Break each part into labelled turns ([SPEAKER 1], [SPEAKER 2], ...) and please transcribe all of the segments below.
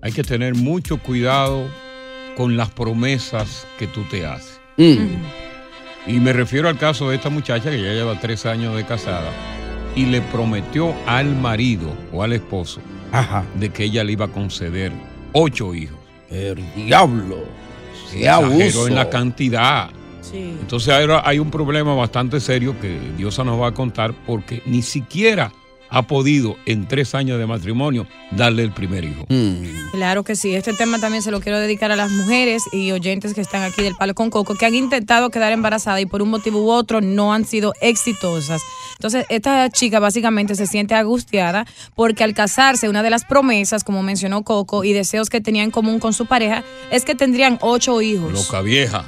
[SPEAKER 1] hay que tener mucho cuidado con las promesas que tú te haces.
[SPEAKER 2] Mm.
[SPEAKER 1] Y me refiero al caso de esta muchacha que ya lleva tres años de casada y le prometió al marido o al esposo de que ella le iba a conceder ocho hijos.
[SPEAKER 2] El diablo. Qué
[SPEAKER 1] Exageró
[SPEAKER 2] abuso.
[SPEAKER 1] en la cantidad.
[SPEAKER 3] Sí.
[SPEAKER 1] Entonces ahora hay un problema bastante serio que Diosa nos va a contar porque ni siquiera ha podido en tres años de matrimonio darle el primer hijo.
[SPEAKER 4] Claro que sí, este tema también se lo quiero dedicar a las mujeres y oyentes que están aquí del Palo con Coco, que han intentado quedar embarazadas y por un motivo u otro no han sido exitosas. Entonces, esta chica básicamente se siente angustiada porque al casarse, una de las promesas, como mencionó Coco, y deseos que tenía en común con su pareja, es que tendrían ocho hijos.
[SPEAKER 1] Loca vieja.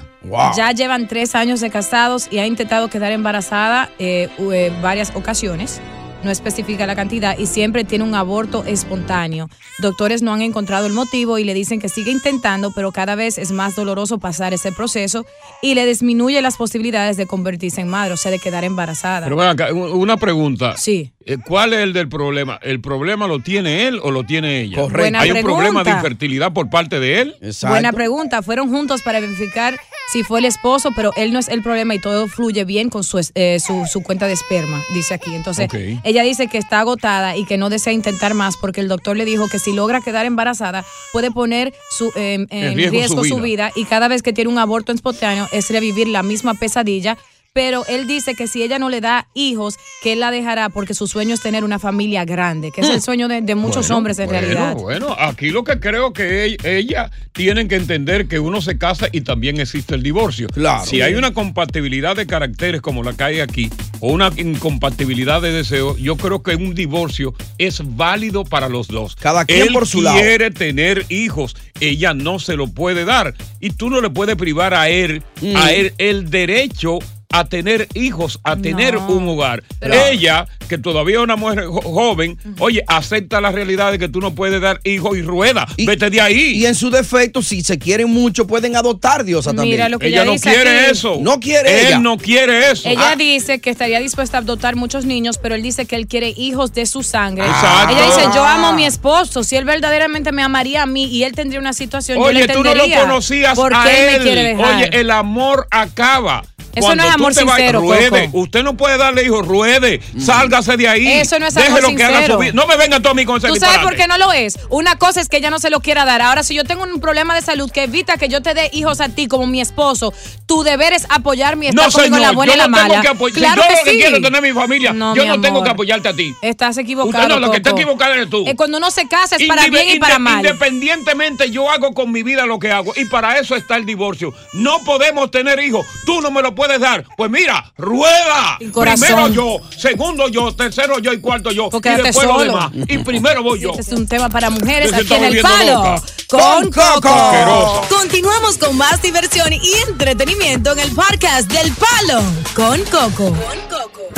[SPEAKER 4] Ya llevan tres años de casados y ha intentado quedar embarazada eh, u- eh, varias ocasiones. No especifica la cantidad y siempre tiene un aborto espontáneo. Doctores no han encontrado el motivo y le dicen que sigue intentando, pero cada vez es más doloroso pasar ese proceso y le disminuye las posibilidades de convertirse en madre, o sea, de quedar embarazada.
[SPEAKER 1] Pero ven acá, u- una pregunta.
[SPEAKER 4] Sí.
[SPEAKER 1] Eh, ¿Cuál es el del problema? ¿El problema lo tiene él o lo tiene ella?
[SPEAKER 4] Correcto. Buena
[SPEAKER 1] ¿Hay un
[SPEAKER 4] pregunta.
[SPEAKER 1] problema de infertilidad por parte de él?
[SPEAKER 4] Buena pregunta. Fueron juntos para verificar si fue el esposo, pero él no es el problema y todo fluye bien con su, es- eh, su, su cuenta de esperma, dice aquí. Entonces,
[SPEAKER 5] Ok.
[SPEAKER 4] ella dice que está agotada y que no desea intentar más porque el doctor le dijo que si logra quedar embarazada puede poner su, eh, en
[SPEAKER 5] En
[SPEAKER 4] riesgo,
[SPEAKER 5] riesgo su
[SPEAKER 4] su vida y cada vez que tiene un aborto espontáneo es revivir la misma pesadilla. Pero él dice que si ella no le da hijos, que él la dejará porque su sueño es tener una familia grande, que es el sueño de, de muchos
[SPEAKER 1] Bueno,
[SPEAKER 4] hombres en
[SPEAKER 1] bueno,
[SPEAKER 4] realidad.
[SPEAKER 1] Bueno, aquí lo que creo que e- ella tienen que entender que uno se casa y también existe el divorcio.
[SPEAKER 2] Claro.
[SPEAKER 1] Si hay una compatibilidad de caracteres como la que hay aquí o una incompatibilidad de deseo, yo creo que un divorcio es válido para los dos. Cada
[SPEAKER 2] quien por su lado.
[SPEAKER 1] quiere tener hijos, ella no se lo puede dar y tú no le puedes privar a él,
[SPEAKER 4] Mm.
[SPEAKER 1] a él el derecho a tener hijos, a tener un hogar. Ella, que todavía es una mujer jo- joven, oye, acepta la realidad de que tú no puedes dar hijos y rueda. Vete de ahí.
[SPEAKER 2] Y en su defecto, si se quieren mucho, pueden adoptar Diosa
[SPEAKER 4] Mira
[SPEAKER 2] también.
[SPEAKER 4] lo que Ella ella no dice
[SPEAKER 1] quiere aquí. eso.
[SPEAKER 2] No quiere
[SPEAKER 1] Él
[SPEAKER 2] ella. Ah,
[SPEAKER 1] no quiere eso. Ah.
[SPEAKER 4] Ella dice que estaría dispuesta a adoptar muchos niños, pero él dice que él quiere hijos de su sangre.
[SPEAKER 1] Exacto.
[SPEAKER 4] Ella dice, yo amo a mi esposo. Si él verdaderamente me amaría a mí y él tendría una situación, yo le
[SPEAKER 1] Oye, tú no lo
[SPEAKER 4] entendería.
[SPEAKER 1] conocías
[SPEAKER 4] ¿Por
[SPEAKER 1] a
[SPEAKER 4] qué
[SPEAKER 1] él. eh,
[SPEAKER 4] me quiere dejar?
[SPEAKER 1] Oye, el amor acaba.
[SPEAKER 4] Eso
[SPEAKER 1] Cuando
[SPEAKER 4] no es
[SPEAKER 1] tú
[SPEAKER 4] amor
[SPEAKER 1] te vas,
[SPEAKER 4] sincero,
[SPEAKER 1] ruede.
[SPEAKER 4] Coco. Mm.
[SPEAKER 1] Usted no puede darle hijo, ruede, sálgase de ahí.
[SPEAKER 4] Eso no es amor
[SPEAKER 1] Déjelo que haga
[SPEAKER 4] sincero.
[SPEAKER 1] su vida. No me venga tú a mí con ese
[SPEAKER 4] ¿Tú sabes
[SPEAKER 1] disparate.
[SPEAKER 4] por qué no lo es? Una cosa es que ella no se lo quiera dar. Ahora, si yo tengo un problema de salud que evita que yo te dé hijos a ti como mi esposo, tu deber es apoyarme y estar
[SPEAKER 1] No,
[SPEAKER 4] conmigo
[SPEAKER 1] señor,
[SPEAKER 4] en la buena
[SPEAKER 1] yo
[SPEAKER 4] y la
[SPEAKER 1] no tengo
[SPEAKER 4] mala.
[SPEAKER 1] que apoyar.
[SPEAKER 4] Claro
[SPEAKER 1] si yo
[SPEAKER 4] que
[SPEAKER 1] lo que
[SPEAKER 4] sí.
[SPEAKER 1] quiero es tener mi familia,
[SPEAKER 4] No,
[SPEAKER 1] yo
[SPEAKER 4] mi
[SPEAKER 1] no tengo
[SPEAKER 4] amor.
[SPEAKER 1] que apoyarte a ti.
[SPEAKER 4] Estás equivocado.
[SPEAKER 1] Usted no, lo que está
[SPEAKER 4] Coco.
[SPEAKER 1] equivocado eres tú.
[SPEAKER 4] Eh, cuando uno se casa es para
[SPEAKER 1] Indive-
[SPEAKER 4] bien y para
[SPEAKER 1] inde-
[SPEAKER 4] mal.
[SPEAKER 1] Independientemente, yo hago con mi vida lo que hago. Y para eso está el divorcio. No podemos tener hijos. Tú no me lo puedes dar. Pues mira, rueda.
[SPEAKER 4] Sin corazón.
[SPEAKER 1] Primero yo, segundo yo, tercero yo y cuarto yo.
[SPEAKER 4] Porque
[SPEAKER 1] y
[SPEAKER 4] quédate
[SPEAKER 1] después
[SPEAKER 4] solo.
[SPEAKER 1] lo demás. Y primero voy yo.
[SPEAKER 4] Este es un tema para mujeres
[SPEAKER 1] Te
[SPEAKER 4] aquí en
[SPEAKER 1] estás
[SPEAKER 4] el
[SPEAKER 1] volviendo
[SPEAKER 4] palo.
[SPEAKER 1] loca.
[SPEAKER 4] Con Coco.
[SPEAKER 1] Asquerosa.
[SPEAKER 3] Continuamos con más diversión y entretenimiento en el podcast del Palo con Coco.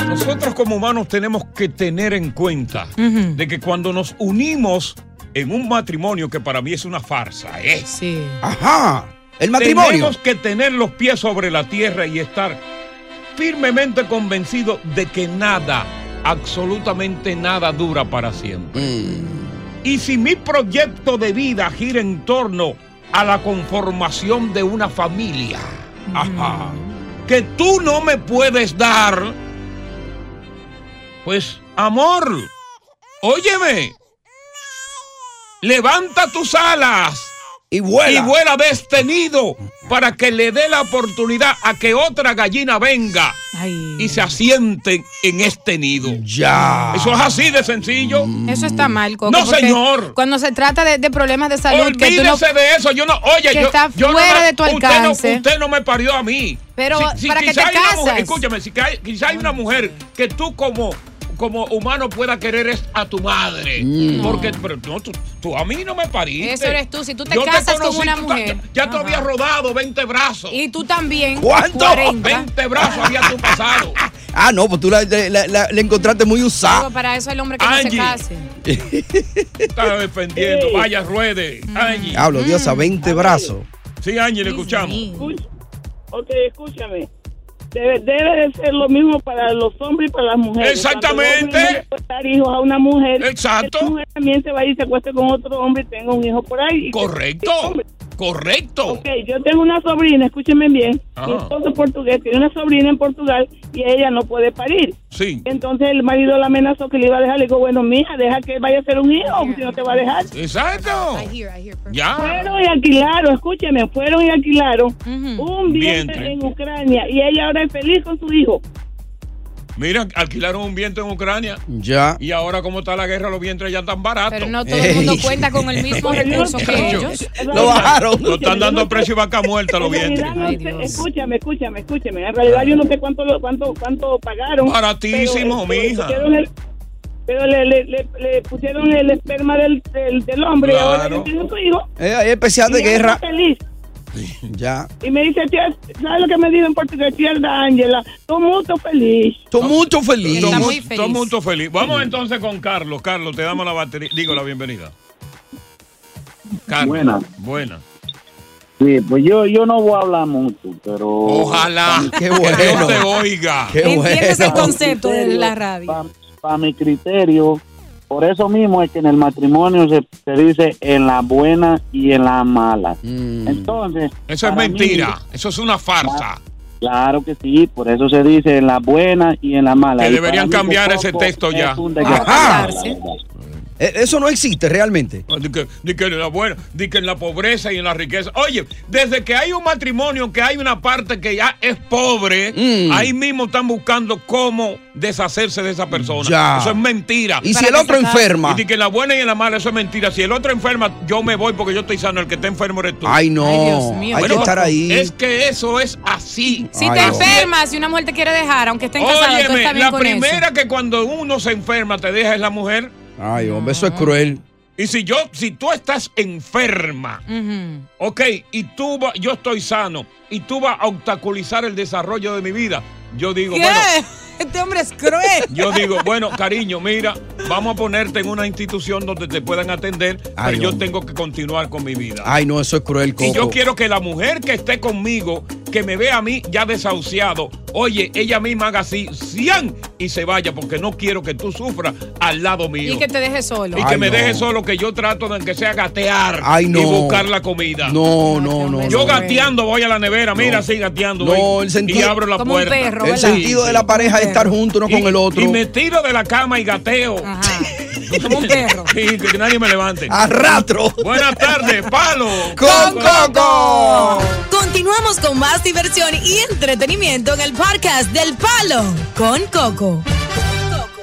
[SPEAKER 1] Nosotros como humanos tenemos que tener en cuenta de que cuando nos unimos en un matrimonio que para mí es una farsa, ¿eh?
[SPEAKER 4] Sí.
[SPEAKER 1] Ajá.
[SPEAKER 2] Ah, el matrimonio.
[SPEAKER 1] Tenemos que tener los pies sobre la tierra y estar firmemente convencidos de que nada, absolutamente nada dura para siempre.
[SPEAKER 2] Mm.
[SPEAKER 1] Y si mi proyecto de vida gira en torno a la conformación de una familia, ajá, que tú no me puedes dar, pues amor, óyeme, levanta tus alas
[SPEAKER 2] y vuela,
[SPEAKER 1] y vuela destenido para que le dé la oportunidad a que otra gallina venga y se asiente en este nido.
[SPEAKER 2] Ya.
[SPEAKER 1] Eso es así de sencillo.
[SPEAKER 4] Eso está mal,
[SPEAKER 1] Mm.
[SPEAKER 4] Coco.
[SPEAKER 1] No,
[SPEAKER 4] porque
[SPEAKER 1] señor.
[SPEAKER 4] Cuando se trata de, de problemas de salud, que tú no-
[SPEAKER 1] Olvídese de eso. Yo no, oye,
[SPEAKER 4] que
[SPEAKER 1] yo,
[SPEAKER 4] está
[SPEAKER 1] yo no
[SPEAKER 4] fuera
[SPEAKER 1] me-
[SPEAKER 4] de tu
[SPEAKER 1] usted no-
[SPEAKER 4] alcance.
[SPEAKER 1] usted no me parió a mí.
[SPEAKER 4] Pero, ¿para qué
[SPEAKER 1] quizá
[SPEAKER 4] te
[SPEAKER 1] hay una mujer-
[SPEAKER 4] casas?
[SPEAKER 1] escúchame, si que hay- quizá hay una mujer que tú como como humano pueda querer es a tu madre.
[SPEAKER 4] Mm.
[SPEAKER 1] Porque pero no, tú, tú a mí no me pariste.
[SPEAKER 4] Eso eres tú. Si tú te
[SPEAKER 1] Yo
[SPEAKER 4] casas con
[SPEAKER 1] conocí,
[SPEAKER 4] una
[SPEAKER 1] tú ta-
[SPEAKER 4] mujer.
[SPEAKER 1] Ya, te había rodado 20 brazos.
[SPEAKER 4] Y tú también.
[SPEAKER 2] ¿Cuánto?
[SPEAKER 4] 40.
[SPEAKER 1] 20 brazos había tú pasado.
[SPEAKER 2] Ah, no, pues tú la, la- la- la- la encontraste muy usada.
[SPEAKER 4] Digo, para eso el hombre que no se
[SPEAKER 1] Angie.
[SPEAKER 4] case.
[SPEAKER 1] Estaba defendiendo. Vaya ruede.
[SPEAKER 4] Mm.
[SPEAKER 1] Angie.
[SPEAKER 2] Hablo, Dios, a 20 brazos.
[SPEAKER 1] Sí, Angie, le escuchamos.
[SPEAKER 5] Ok, escúchame. Debe, debe de ser lo mismo para los hombres y para las mujeres.
[SPEAKER 1] Exactamente.
[SPEAKER 5] Cuando el hombre no le puede dar hijos a una mujer.
[SPEAKER 1] Exacto.
[SPEAKER 5] Esa mujer también se va y se acuesta con otro hombre y tenga un hijo por ahí.
[SPEAKER 1] Correcto. Correcto. Ah.
[SPEAKER 5] Ok, yo tengo una sobrina, escúchenme bien.
[SPEAKER 1] Ajá.
[SPEAKER 5] Mi esposo es portugués tiene una sobrina en Portugal y ella no puede parir.
[SPEAKER 1] Sí.
[SPEAKER 5] Entonces el marido la amenazó que le iba a dejar. Le digo, bueno, mija, deja que vaya a ser un hijo, si no te va a dejar.
[SPEAKER 1] Exacto. Ya.
[SPEAKER 5] Fueron y alquilaron, escúcheme, fueron y alquilaron un vientre,
[SPEAKER 1] Vientre.
[SPEAKER 5] en Ucrania y ella ahora es feliz con su hijo.
[SPEAKER 1] Mira, alquilaron un viento en Ucrania.
[SPEAKER 2] Ya.
[SPEAKER 1] Y ahora, como está la guerra, los vientres ya están baratos.
[SPEAKER 4] Pero no todo el mundo
[SPEAKER 2] Ey.
[SPEAKER 4] cuenta con el mismo recurso que
[SPEAKER 1] Chacho,
[SPEAKER 4] ellos.
[SPEAKER 2] Lo bajaron.
[SPEAKER 1] No están dando a precio vaca muerta los
[SPEAKER 5] En realidad
[SPEAKER 1] vientres.
[SPEAKER 5] no sé- escúchame, escúchame, escúchame. En realidad yo no sé cuánto lo- cuánto cuánto pagaron.
[SPEAKER 1] Baratísimo,
[SPEAKER 5] pero, eh,
[SPEAKER 1] mija.
[SPEAKER 5] pusieron el- Pero le, le, le, le pusieron el esperma del, del, del hombre y ahora
[SPEAKER 1] Claro.
[SPEAKER 5] le tiene su hijo.
[SPEAKER 2] Es Eh, especial de
[SPEAKER 5] Y ella
[SPEAKER 2] guerra.
[SPEAKER 5] está feliz.
[SPEAKER 2] Ya.
[SPEAKER 5] Y me dice, tía, ¿sabes lo que me dijo en portugués? Tierra Ángela, estoy mucho feliz.
[SPEAKER 2] Estoy mucho feliz.
[SPEAKER 1] Todo
[SPEAKER 4] muy
[SPEAKER 1] mu- todo
[SPEAKER 4] feliz.
[SPEAKER 1] mundo feliz. Vamos entonces con Carlos. Carlos, te damos la batería. Digo la bienvenida. Carlos.
[SPEAKER 6] Buena.
[SPEAKER 1] Buena.
[SPEAKER 6] Sí, pues yo, yo no voy a hablar mucho, pero...
[SPEAKER 1] Ojalá.
[SPEAKER 2] Qué
[SPEAKER 1] Que Dios
[SPEAKER 2] bueno.
[SPEAKER 1] te oiga.
[SPEAKER 2] Qué
[SPEAKER 4] Entiendes el
[SPEAKER 2] bueno.
[SPEAKER 4] concepto de la rabia.
[SPEAKER 6] Para mi criterio, por eso mismo es que en el matrimonio se, se dice en la buena y en la mala.
[SPEAKER 2] Mm.
[SPEAKER 6] Entonces...
[SPEAKER 1] Eso
[SPEAKER 6] para
[SPEAKER 1] es
[SPEAKER 6] mí,
[SPEAKER 1] mentira. Eso es una farsa.
[SPEAKER 6] claro que sí, por eso se dice en la buena y en la mala.
[SPEAKER 1] Que
[SPEAKER 6] Y
[SPEAKER 1] deberían
[SPEAKER 6] para mí
[SPEAKER 1] cambiar
[SPEAKER 6] tampoco
[SPEAKER 1] ese texto
[SPEAKER 6] es
[SPEAKER 1] ya.
[SPEAKER 6] un desgraciado,
[SPEAKER 2] Ajá.
[SPEAKER 6] la verdad.
[SPEAKER 2] Eh, Eso no existe realmente.
[SPEAKER 1] Ah, Di que, di que en la buena, di que en la pobreza y en la riqueza. Oye, desde que hay un matrimonio, que hay una parte que ya es pobre,
[SPEAKER 2] Mm.
[SPEAKER 1] ahí mismo están buscando cómo deshacerse de esa persona.
[SPEAKER 2] Ya.
[SPEAKER 1] Eso es mentira.
[SPEAKER 2] Y si
[SPEAKER 4] Para
[SPEAKER 2] el
[SPEAKER 4] que
[SPEAKER 2] otro
[SPEAKER 4] se case.
[SPEAKER 1] Y
[SPEAKER 2] enferma.
[SPEAKER 1] di que en la buena y en la mala, eso es mentira. Si el otro enferma, yo me voy porque yo estoy sano. El que está enfermo eres tú.
[SPEAKER 2] Ay,
[SPEAKER 4] Ay, Dios
[SPEAKER 2] no.
[SPEAKER 4] mío.
[SPEAKER 2] Hay que
[SPEAKER 1] Bueno,
[SPEAKER 2] estar ahí.
[SPEAKER 1] Es que eso es así.
[SPEAKER 4] Si
[SPEAKER 2] Ay,
[SPEAKER 4] te
[SPEAKER 2] Dios.
[SPEAKER 4] enfermas y una mujer te quiere dejar, aunque estén casados, tú
[SPEAKER 1] Óyeme,
[SPEAKER 4] estás bien
[SPEAKER 1] la
[SPEAKER 4] con
[SPEAKER 1] primera que cuando uno se enferma te deja es la mujer.
[SPEAKER 2] Ay, hombre, eso es cruel.
[SPEAKER 1] Y si yo, si tú estás enferma,
[SPEAKER 4] eso. Ujú.
[SPEAKER 1] ok, y tú va- yo estoy sano, y tú vas a obstaculizar el desarrollo de mi vida, yo digo,
[SPEAKER 4] ¿Qué?
[SPEAKER 1] bueno,
[SPEAKER 4] Este hombre es cruel.
[SPEAKER 1] yo digo, bueno, cariño, mira, vamos a ponerte en una institución donde te puedan atender,
[SPEAKER 2] Ay,
[SPEAKER 1] pero yo
[SPEAKER 2] hombre.
[SPEAKER 1] tengo que continuar con mi vida.
[SPEAKER 2] Ay, no, eso es cruel,
[SPEAKER 1] Y
[SPEAKER 2] Coco.
[SPEAKER 1] yo quiero que la mujer que esté conmigo que me vea a mí ya desahuciado, oye, ella misma haga así, cian, y se vaya, porque no quiero que tú sufras al lado mío.
[SPEAKER 4] Y que te deje solo.
[SPEAKER 1] Y que me deje solo, que yo trato de que sea gatear
[SPEAKER 2] Ay, no.
[SPEAKER 1] y buscar la comida.
[SPEAKER 2] No, no, no.
[SPEAKER 1] Yo
[SPEAKER 2] no.
[SPEAKER 1] gateando voy a la nevera, mira, sí, gateando.
[SPEAKER 2] No,
[SPEAKER 1] voy,
[SPEAKER 2] el sentido-
[SPEAKER 1] y abro la
[SPEAKER 2] Como un
[SPEAKER 1] puerta.
[SPEAKER 2] perro, El ¿verdad? sentido de la pareja es estar junto uno
[SPEAKER 1] Y-
[SPEAKER 2] con el otro.
[SPEAKER 1] Y me tiro de la cama y gateo. Como un perro. Sí, que nadie me levante.
[SPEAKER 2] Arrastro.
[SPEAKER 1] Buenas tardes, palo.
[SPEAKER 2] Con Coco.
[SPEAKER 3] Continuamos con más diversión y entretenimiento en el podcast del Palo con Coco.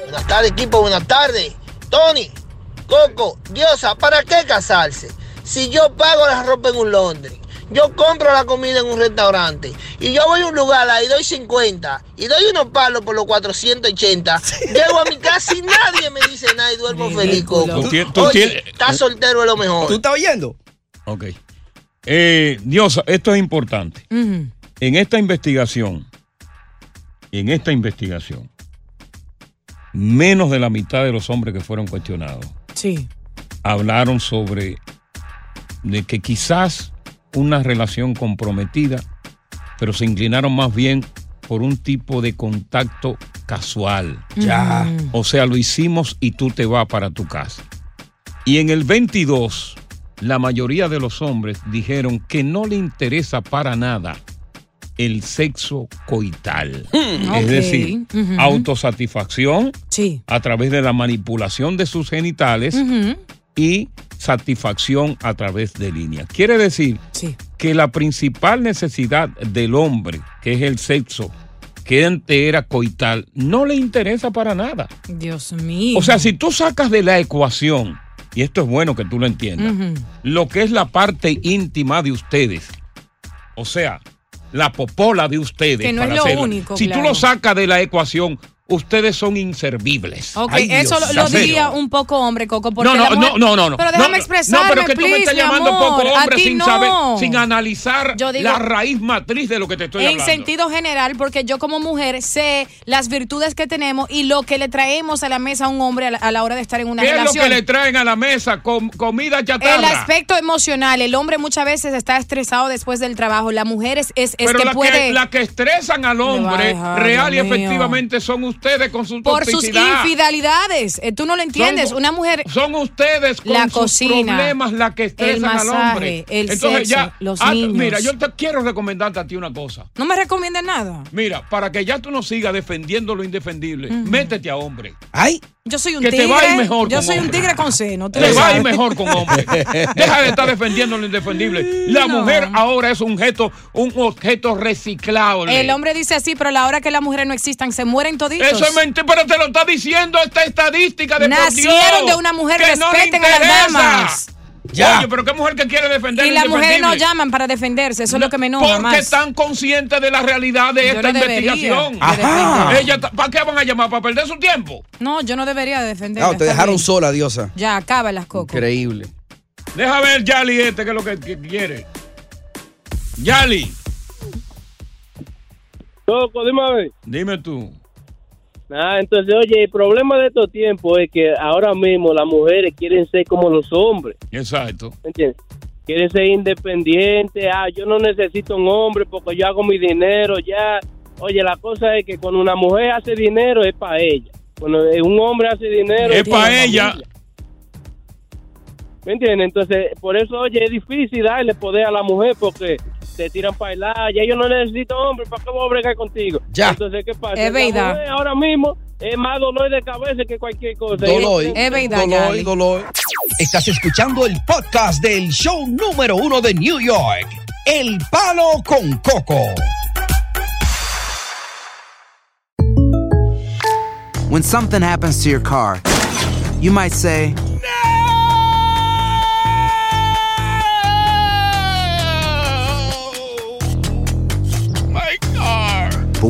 [SPEAKER 7] Buenas tardes, equipo, buenas tardes. Tony, Coco, Diosa, ¿para qué casarse? Si yo pago la ropa en un Londres, yo compro la comida en un restaurante y yo voy a un lugar ahí, doy 50 y doy unos palos por los 480, llego a mi casa y nadie me dice nada y duermo feliz, Coco.
[SPEAKER 1] Tú tien- tú
[SPEAKER 7] Oye,
[SPEAKER 1] tienes-
[SPEAKER 7] estás soltero es lo mejor.
[SPEAKER 2] ¿Tú estás oyendo?
[SPEAKER 1] Ok. Eh, Diosa, esto es importante. en esta investigación, en esta investigación, menos de la mitad de los hombres que fueron cuestionados
[SPEAKER 4] Sí.
[SPEAKER 1] hablaron sobre de que quizás una relación comprometida, pero se inclinaron más bien por un tipo de contacto casual.
[SPEAKER 2] Ya.
[SPEAKER 1] O sea, lo hicimos y tú te vas para tu casa. Y en el 22, la mayoría de los hombres dijeron que no le interesa para nada el sexo coital.
[SPEAKER 4] Mm,
[SPEAKER 1] es
[SPEAKER 4] ok.
[SPEAKER 1] decir,
[SPEAKER 4] Ujú.
[SPEAKER 1] autosatisfacción
[SPEAKER 4] Sí.
[SPEAKER 1] a través de la manipulación de sus genitales
[SPEAKER 4] Ujú.
[SPEAKER 1] y satisfacción a través de líneas. Quiere decir que la principal necesidad del hombre, que es el sexo, que antes era coital, no le interesa para nada.
[SPEAKER 4] Dios mío.
[SPEAKER 1] O sea, si tú sacas de la ecuación, y esto es bueno que tú lo entiendas,
[SPEAKER 4] Ujú.
[SPEAKER 1] lo que es la parte íntima de ustedes, o sea, la popola de ustedes.
[SPEAKER 4] Que no es
[SPEAKER 1] para
[SPEAKER 4] lo
[SPEAKER 1] hacerlo.
[SPEAKER 4] único,
[SPEAKER 1] Si tú
[SPEAKER 4] claro.
[SPEAKER 1] lo sacas de la ecuación, ustedes son inservibles.
[SPEAKER 4] Ok,
[SPEAKER 1] Ay,
[SPEAKER 4] eso
[SPEAKER 1] Dios.
[SPEAKER 4] lo, lo
[SPEAKER 1] Acero.
[SPEAKER 4] diría un poco hombre, Coco. Porque
[SPEAKER 1] No, no,
[SPEAKER 4] la mujer-
[SPEAKER 1] no, no, no, no.
[SPEAKER 4] Pero déjame
[SPEAKER 1] No,
[SPEAKER 4] expresarme,
[SPEAKER 1] No, pero que tú me
[SPEAKER 4] please,
[SPEAKER 1] estás
[SPEAKER 4] mi
[SPEAKER 1] llamando
[SPEAKER 4] amor.
[SPEAKER 1] poco
[SPEAKER 4] A
[SPEAKER 1] hombre
[SPEAKER 4] ti
[SPEAKER 1] sin
[SPEAKER 4] no.
[SPEAKER 1] saber, sin analizar
[SPEAKER 4] Yo digo-
[SPEAKER 1] la raíz matriz de lo que te estoy
[SPEAKER 4] en
[SPEAKER 1] hablando.
[SPEAKER 4] sentido general, porque yo como mujer sé las virtudes que tenemos y lo que le traemos a la mesa a un hombre a la, a la hora de estar en una
[SPEAKER 1] ¿Qué es lo
[SPEAKER 4] relación.
[SPEAKER 1] que le traen a la mesa? Com- comida chatarra.
[SPEAKER 4] el aspecto emocional, el hombre muchas veces está estresado después del trabajo, la mujer es, es, es
[SPEAKER 1] Pero
[SPEAKER 4] que
[SPEAKER 1] la
[SPEAKER 4] puede...
[SPEAKER 1] que, la que estresan al hombre
[SPEAKER 4] dejar,
[SPEAKER 1] real y
[SPEAKER 4] Dios mío.
[SPEAKER 1] efectivamente son ustedes con su
[SPEAKER 4] por sus
[SPEAKER 1] toxicidad.
[SPEAKER 4] infidelidades, Eh, tú no lo entiendes,
[SPEAKER 1] Son-
[SPEAKER 4] una mujer...
[SPEAKER 1] Son ustedes con
[SPEAKER 4] La
[SPEAKER 1] sus
[SPEAKER 4] cocina,
[SPEAKER 1] problemas la que estresan
[SPEAKER 4] el masaje,
[SPEAKER 1] al hombre.
[SPEAKER 4] el
[SPEAKER 1] Entonces
[SPEAKER 4] sexo,
[SPEAKER 1] ya,
[SPEAKER 4] los
[SPEAKER 1] ah,
[SPEAKER 4] niños.
[SPEAKER 1] mira, yo te quiero recomendarte a ti una cosa.
[SPEAKER 4] No me recomiendas nada.
[SPEAKER 1] Mira, para que ya tú no sigas defendiendo lo indefendible,
[SPEAKER 4] Ujú.
[SPEAKER 1] métete a hombre.
[SPEAKER 2] Ay.
[SPEAKER 4] Yo soy un
[SPEAKER 1] Que
[SPEAKER 4] tigre.
[SPEAKER 1] te va a ir mejor
[SPEAKER 4] yo
[SPEAKER 1] con
[SPEAKER 4] soy un
[SPEAKER 1] hombre.
[SPEAKER 4] tigre con seno. tú
[SPEAKER 1] Te
[SPEAKER 4] lo
[SPEAKER 1] va a ir
[SPEAKER 4] sabes.
[SPEAKER 1] mejor con hombre. Deja de estar defendiendo lo indefendible. La mujer ahora es un objeto, un objeto reciclable.
[SPEAKER 4] El hombre dice así, pero a la hora que las mujeres no existan, se mueren toditos.
[SPEAKER 1] Eso es mentira, pero te lo está diciendo esta estadística de por
[SPEAKER 4] Nacieron
[SPEAKER 1] Dios,
[SPEAKER 4] de una mujer,
[SPEAKER 1] que no le
[SPEAKER 4] respeten a las
[SPEAKER 1] interesa.
[SPEAKER 4] damas.
[SPEAKER 2] Ya.
[SPEAKER 1] Oye, pero qué mujer que quiere defender
[SPEAKER 4] Y
[SPEAKER 1] lo
[SPEAKER 4] las mujeres no
[SPEAKER 1] indefendible?
[SPEAKER 4] llaman para defenderse, eso es lo que me enoja
[SPEAKER 1] Porque
[SPEAKER 4] más.
[SPEAKER 1] están conscientes de la realidad de
[SPEAKER 4] Yo
[SPEAKER 1] esta
[SPEAKER 4] no debería
[SPEAKER 1] investigación.
[SPEAKER 2] de defenderme.
[SPEAKER 1] Ellas ta- ¿Para qué van a llamar? ¿Para perder su tiempo?
[SPEAKER 4] No, yo no debería de defenderme.
[SPEAKER 2] Claro, te Ah, dejaron sola, diosa.
[SPEAKER 4] Ya, acaba las cocos.
[SPEAKER 2] Increíble.
[SPEAKER 1] Deja ver, Yali, este que es lo que, que quiere. Yali.
[SPEAKER 8] Coco, dime a ver.
[SPEAKER 1] Dime tú.
[SPEAKER 8] Ah, entonces, oye, el problema de estos tiempos es que ahora mismo las mujeres quieren ser como los hombres.
[SPEAKER 1] Exacto.
[SPEAKER 8] ¿me ¿Entiendes? Quieren ser independientes. Ah, yo no necesito un hombre porque yo hago mi dinero ya. Oye, la cosa es que cuando una mujer hace dinero es para ella. Cuando eh, un hombre hace dinero
[SPEAKER 1] Es
[SPEAKER 8] para
[SPEAKER 1] para ella.
[SPEAKER 8] ¿Me entiendes? Entonces, por eso, oye, es difícil darle poder a la mujer porque te tiran para allá. Ya yo no necesito hombre, ¿para qué voy a bregar contigo?
[SPEAKER 2] Ya.
[SPEAKER 8] Entonces, ¿qué pasa? La
[SPEAKER 4] Es verdad.
[SPEAKER 8] mujer ahora mismo es más dolor de cabeza que cualquier cosa.
[SPEAKER 2] Dolor.
[SPEAKER 8] Y-
[SPEAKER 2] Dolor, dolor.
[SPEAKER 9] Estás escuchando el podcast del show número uno de New York, El Palo con Coco.
[SPEAKER 10] When something happens to your car, you might say,
[SPEAKER 11] My car.
[SPEAKER 10] but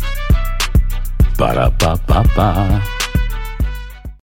[SPEAKER 12] Para pa pa pa.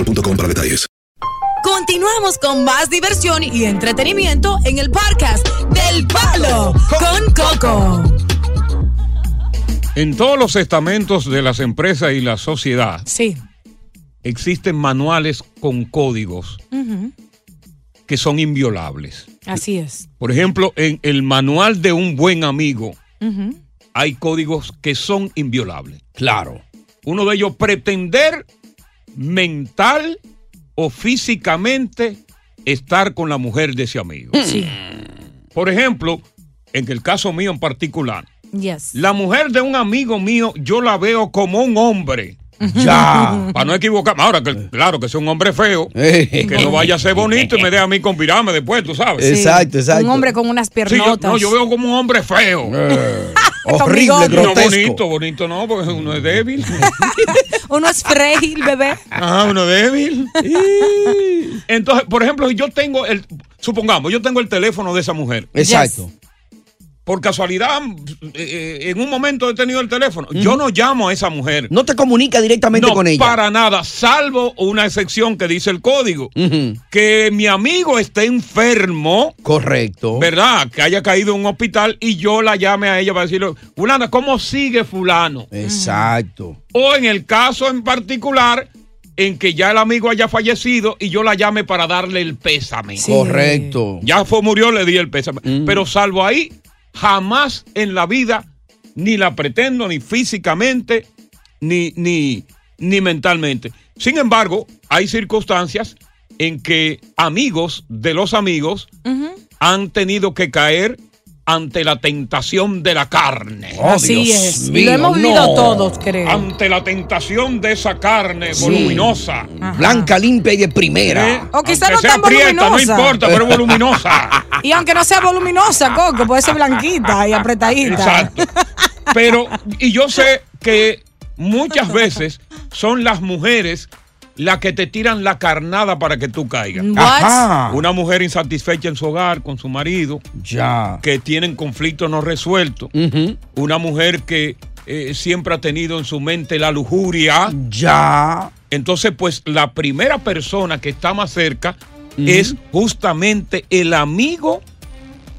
[SPEAKER 13] para detalles.
[SPEAKER 3] Continuamos con más diversión y entretenimiento en el podcast del Palo con Coco.
[SPEAKER 1] En todos los estamentos de las empresas y la sociedad
[SPEAKER 4] Sí.
[SPEAKER 1] existen manuales con códigos
[SPEAKER 4] Ujú.
[SPEAKER 1] que son inviolables.
[SPEAKER 4] Así es.
[SPEAKER 1] Por ejemplo, en el manual de un buen amigo
[SPEAKER 4] Ujú.
[SPEAKER 1] hay códigos que son inviolables. Claro. Uno de ellos, pretender mental o físicamente estar con la mujer de ese amigo.
[SPEAKER 4] Hmm. Sí.
[SPEAKER 1] Por ejemplo, en el caso mío en particular,
[SPEAKER 4] Yes.
[SPEAKER 1] la mujer de un amigo mío yo la veo como un hombre. Ya. Para no equivocarme. Ahora,
[SPEAKER 4] Eh.
[SPEAKER 1] que, claro, que sea un hombre feo, que no vaya a ser bonito y me deje a mí con virame después, tú sabes.
[SPEAKER 4] Sí. Un hombre con unas
[SPEAKER 1] Sí, yo,
[SPEAKER 4] piernotas.
[SPEAKER 1] no, yo veo como un hombre feo.
[SPEAKER 4] horrible, Con bigote.
[SPEAKER 1] No,
[SPEAKER 4] grotesco.
[SPEAKER 1] bonito, bonito no, porque uno es débil.
[SPEAKER 4] Uno es frágil, bebé.
[SPEAKER 1] Ajá, Ah, uno débil. Y- Entonces, por ejemplo, si yo tengo el, supongamos, yo tengo el teléfono de esa mujer.
[SPEAKER 2] Exacto.
[SPEAKER 1] Por casualidad, eh, eh, en un momento he tenido el teléfono. Yo no llamo a esa mujer.
[SPEAKER 2] No te comunica directamente
[SPEAKER 1] No,
[SPEAKER 2] con ella.
[SPEAKER 1] para nada, salvo una excepción que dice el código.
[SPEAKER 2] Ujú.
[SPEAKER 1] Que mi amigo esté enfermo.
[SPEAKER 2] Correcto.
[SPEAKER 1] ¿Verdad? Que haya caído en un hospital y yo la llame a ella para decirle, fulana, ¿cómo sigue fulano?
[SPEAKER 2] Exacto.
[SPEAKER 1] O en el caso en particular en que ya el amigo haya fallecido y yo la llame para darle el pésame.
[SPEAKER 2] Correcto.
[SPEAKER 1] Ya fue, murió, le di el pésame.
[SPEAKER 4] Mm.
[SPEAKER 1] Pero salvo ahí, jamás en la vida ni la pretendo, ni físicamente, ni, ni, ni mentalmente. Sin embargo, hay circunstancias en que amigos de los amigos han tenido que caer ante la tentación de la carne.
[SPEAKER 4] Oh, Así Dios es. mío, Lo hemos vivido no. todos, creo.
[SPEAKER 1] Ante la tentación de esa carne voluminosa.
[SPEAKER 2] Blanca, limpia y de primera.
[SPEAKER 1] ¿Eh?
[SPEAKER 4] O quizá
[SPEAKER 1] Aunque
[SPEAKER 4] no
[SPEAKER 1] sea
[SPEAKER 4] tan
[SPEAKER 1] prieta, no
[SPEAKER 4] voluminosa.
[SPEAKER 1] importa, pero voluminosa.
[SPEAKER 4] Y aunque no sea voluminosa, Coco, puede ser blanquita y apretadita.
[SPEAKER 1] Exacto. Pero, y yo sé que muchas veces son las mujeres las que te tiran la carnada para que tú caigas.
[SPEAKER 4] What? Ajá.
[SPEAKER 1] Una mujer insatisfecha en su hogar, con su marido.
[SPEAKER 2] Ya.
[SPEAKER 1] Que tienen conflictos no resueltos. Una mujer que eh, siempre ha tenido en su mente la lujuria.
[SPEAKER 2] Ya.
[SPEAKER 1] Entonces, pues la primera persona que está más cerca es justamente el amigo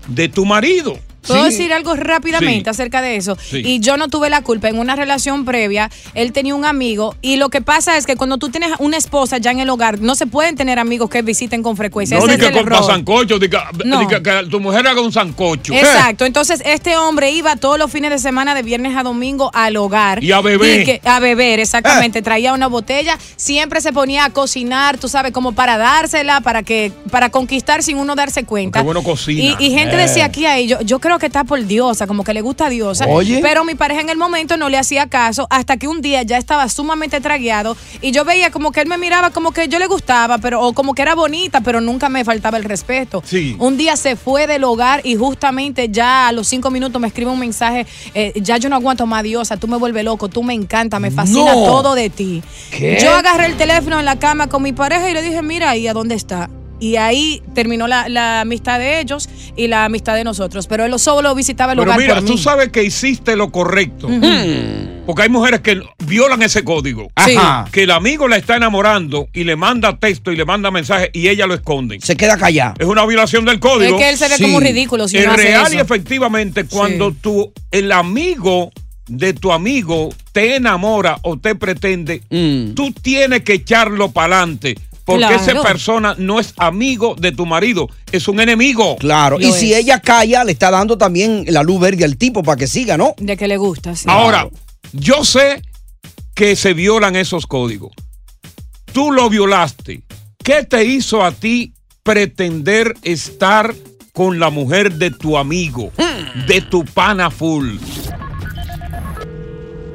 [SPEAKER 1] de tu marido.
[SPEAKER 4] Puedo decir algo rápidamente
[SPEAKER 1] Sí.
[SPEAKER 4] acerca de eso.
[SPEAKER 1] Sí.
[SPEAKER 4] Y yo no tuve la culpa en una relación previa. Él tenía un amigo y lo que pasa es que cuando tú tienes una esposa ya en el hogar, no se pueden tener amigos que visiten con frecuencia.
[SPEAKER 1] No,
[SPEAKER 4] Ese
[SPEAKER 1] ni
[SPEAKER 4] es
[SPEAKER 1] que
[SPEAKER 4] el
[SPEAKER 1] compra
[SPEAKER 4] error.
[SPEAKER 1] sancocho, ni que,
[SPEAKER 4] No.
[SPEAKER 1] ni que- que tu mujer haga un sancocho.
[SPEAKER 4] Exacto, entonces este hombre iba todos los fines de semana de viernes a domingo al hogar.
[SPEAKER 1] Y a beber. Eh.
[SPEAKER 4] Y que- a beber, exactamente. Traía una botella, siempre se ponía a cocinar, tú sabes, como para dársela, para que para conquistar sin uno darse cuenta.
[SPEAKER 1] Qué bueno cocina.
[SPEAKER 4] Y, y gente
[SPEAKER 1] Eh.
[SPEAKER 4] decía aquí ahí, yo, yo creo que está por diosa, como que le gusta diosa.
[SPEAKER 1] Oye.
[SPEAKER 4] Pero mi pareja en el momento no le hacía caso hasta que un día ya estaba sumamente tragueado y yo veía como que él me miraba como que yo le gustaba, pero o como que era bonita, pero nunca me faltaba el respeto.
[SPEAKER 1] Sí.
[SPEAKER 4] Un día se fue del hogar y justamente ya a los cinco minutos me escribe un mensaje, eh, ya yo no aguanto más diosa, tú me vuelves loco, tú me encanta, me fascina
[SPEAKER 14] No.
[SPEAKER 4] todo de ti.
[SPEAKER 14] ¿Qué?
[SPEAKER 4] Yo agarré el teléfono en la cama con mi pareja y le dije, mira, ¿y a dónde está? Y ahí terminó la, la amistad de ellos y la amistad de nosotros. Pero él solo visitaba el
[SPEAKER 1] Pero
[SPEAKER 4] hogar
[SPEAKER 1] mira,
[SPEAKER 4] por
[SPEAKER 1] tú
[SPEAKER 4] mí.
[SPEAKER 1] sabes que hiciste lo correcto.
[SPEAKER 4] Ujú.
[SPEAKER 1] Porque hay mujeres que violan ese código.
[SPEAKER 2] Sí. Mm. Ajá.
[SPEAKER 1] Que el amigo la está enamorando y le manda texto y le manda mensaje y ella lo esconde.
[SPEAKER 2] Se queda callada.
[SPEAKER 1] Es una violación del código.
[SPEAKER 4] Es que él se ve como un ridículo si
[SPEAKER 1] Es
[SPEAKER 4] no hace
[SPEAKER 1] real
[SPEAKER 4] eso.
[SPEAKER 1] y efectivamente cuando tú, el amigo de tu amigo te enamora o te pretende,
[SPEAKER 2] Mm.
[SPEAKER 1] tú tienes que echarlo para adelante. Porque
[SPEAKER 2] Claro.
[SPEAKER 1] esa persona no es amigo de tu marido, es un enemigo.
[SPEAKER 2] Claro. y si ella calla, le está dando también la luz verde al tipo para que siga, ¿no?
[SPEAKER 4] De que le gusta, sí.
[SPEAKER 1] Ahora, yo sé que se violan esos códigos. Tú lo violaste. ¿Qué te hizo a ti pretender estar con la mujer de tu amigo, de tu pana full?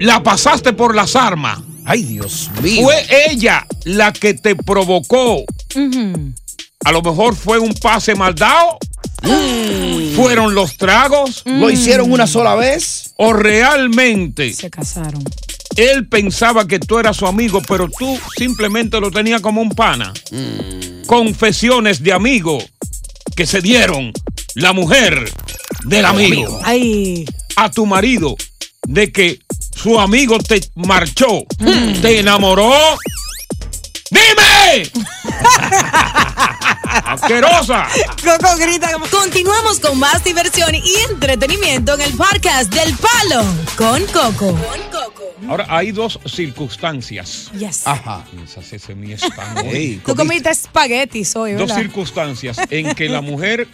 [SPEAKER 1] La pasaste por las armas.
[SPEAKER 2] Ay, Dios mío.
[SPEAKER 1] Fue ella la que te provocó. A lo mejor fue un pase mal dado. Fueron los tragos.
[SPEAKER 2] Mm. ¿Lo hicieron una sola vez?
[SPEAKER 1] O realmente
[SPEAKER 4] Se casaron.
[SPEAKER 1] él pensaba que tú eras su amigo, pero tú simplemente lo tenías como un pana.
[SPEAKER 2] Mm.
[SPEAKER 1] Confesiones de amigo que se dieron la mujer del amigo
[SPEAKER 4] Ay.
[SPEAKER 1] a tu marido de que su amigo te marchó,
[SPEAKER 2] Mm.
[SPEAKER 1] te enamoró. ¡Dime! ¡Asquerosa!
[SPEAKER 3] Coco grita como. Continuamos con más diversión y entretenimiento en el podcast del Palo con Coco.
[SPEAKER 1] Ahora, hay dos circunstancias.
[SPEAKER 4] Yes.
[SPEAKER 1] Ajá. Esa se me está hoy.
[SPEAKER 4] Tú comiste espaguetis hoy,
[SPEAKER 1] Dos
[SPEAKER 4] ¿verdad?
[SPEAKER 1] circunstancias en que la mujer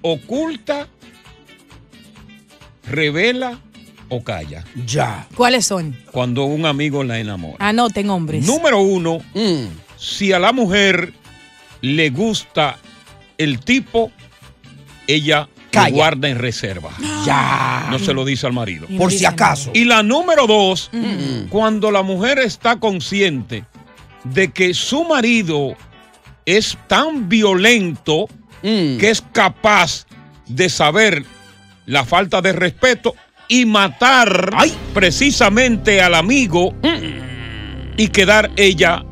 [SPEAKER 1] oculta, revela o calla.
[SPEAKER 2] Ya.
[SPEAKER 4] ¿Cuáles son?
[SPEAKER 1] Cuando un amigo la enamora.
[SPEAKER 4] Anoten, hombres.
[SPEAKER 1] Número uno,
[SPEAKER 2] Mm.
[SPEAKER 1] si a la mujer le gusta el tipo, ella
[SPEAKER 2] Calla.
[SPEAKER 1] lo guarda en reserva.
[SPEAKER 2] Ya.
[SPEAKER 1] No se lo dice al marido.
[SPEAKER 2] Por si acaso. Mm.
[SPEAKER 1] Y la número dos, cuando la mujer está consciente de que su marido es tan violento
[SPEAKER 2] Mm.
[SPEAKER 1] que es capaz de saber la falta de respeto y matar precisamente al amigo
[SPEAKER 2] Mm.
[SPEAKER 1] y quedar ella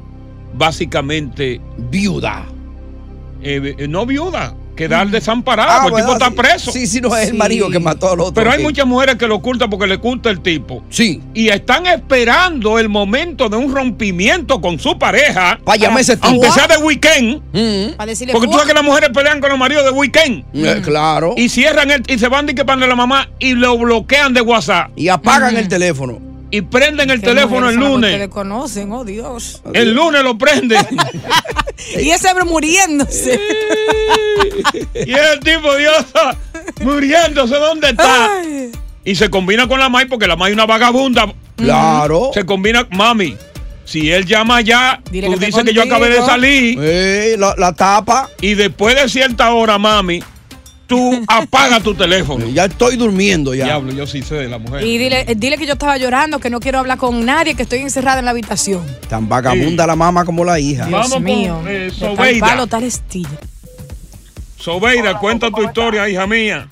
[SPEAKER 1] básicamente
[SPEAKER 2] viuda.
[SPEAKER 1] Eh, eh, no viuda, quedar desamparada,
[SPEAKER 2] Ah,
[SPEAKER 1] porque el tipo
[SPEAKER 2] ¿verdad?
[SPEAKER 1] está preso.
[SPEAKER 2] Sí, sí, no es el Sí. marido que mató al otro,
[SPEAKER 1] Pero hay
[SPEAKER 2] sí.
[SPEAKER 1] muchas mujeres que lo ocultan porque le oculta el tipo.
[SPEAKER 2] Sí.
[SPEAKER 1] Y están esperando el momento de un rompimiento con su pareja.
[SPEAKER 2] Pa' llamar ese tipo.
[SPEAKER 1] Aunque sea de weekend.
[SPEAKER 2] Mm.
[SPEAKER 4] Para decirle
[SPEAKER 1] Porque tú sabes
[SPEAKER 4] "Guau".
[SPEAKER 1] que las mujeres pelean con los maridos de weekend.
[SPEAKER 2] Eh, claro.
[SPEAKER 1] Y cierran el, y se van de que pan de la mamá y lo bloquean de WhatsApp.
[SPEAKER 2] Y apagan el teléfono.
[SPEAKER 1] Y prenden el
[SPEAKER 4] Mm. Qué
[SPEAKER 1] teléfono el
[SPEAKER 4] mujeres son las que
[SPEAKER 1] lunes.
[SPEAKER 4] ustedes conocen, oh Dios.
[SPEAKER 1] El lunes lo prenden.
[SPEAKER 4] Y ese hombre muriéndose.
[SPEAKER 1] Y el tipo, Dios, muriéndose, ¿dónde está? Y se combina con la May porque la May es una vagabunda.
[SPEAKER 2] Mm. Claro.
[SPEAKER 1] Se combina, mami, si él llama ya,
[SPEAKER 2] Dile
[SPEAKER 1] tú
[SPEAKER 2] que
[SPEAKER 1] dices
[SPEAKER 2] estoy
[SPEAKER 1] que yo acabé de
[SPEAKER 2] contigo.
[SPEAKER 1] salir.
[SPEAKER 2] Eh, la, tapa.
[SPEAKER 1] Y después de cierta hora, mami, tú apagas tu teléfono.
[SPEAKER 2] Eh, Ya estoy durmiendo ya.
[SPEAKER 1] Diablo, yo sí sé de la mujer.
[SPEAKER 4] Y dile, eh, dile que yo estaba llorando, que no quiero hablar con nadie, que estoy encerrada en la habitación.
[SPEAKER 2] Tan vagabunda la mamá como la hija.
[SPEAKER 1] Vamos con,
[SPEAKER 4] mío.
[SPEAKER 1] eh,
[SPEAKER 4] De tal
[SPEAKER 1] Sobeida.
[SPEAKER 4] palo, tal estilo.
[SPEAKER 1] Sobeida, cuenta tu historia, hija mía.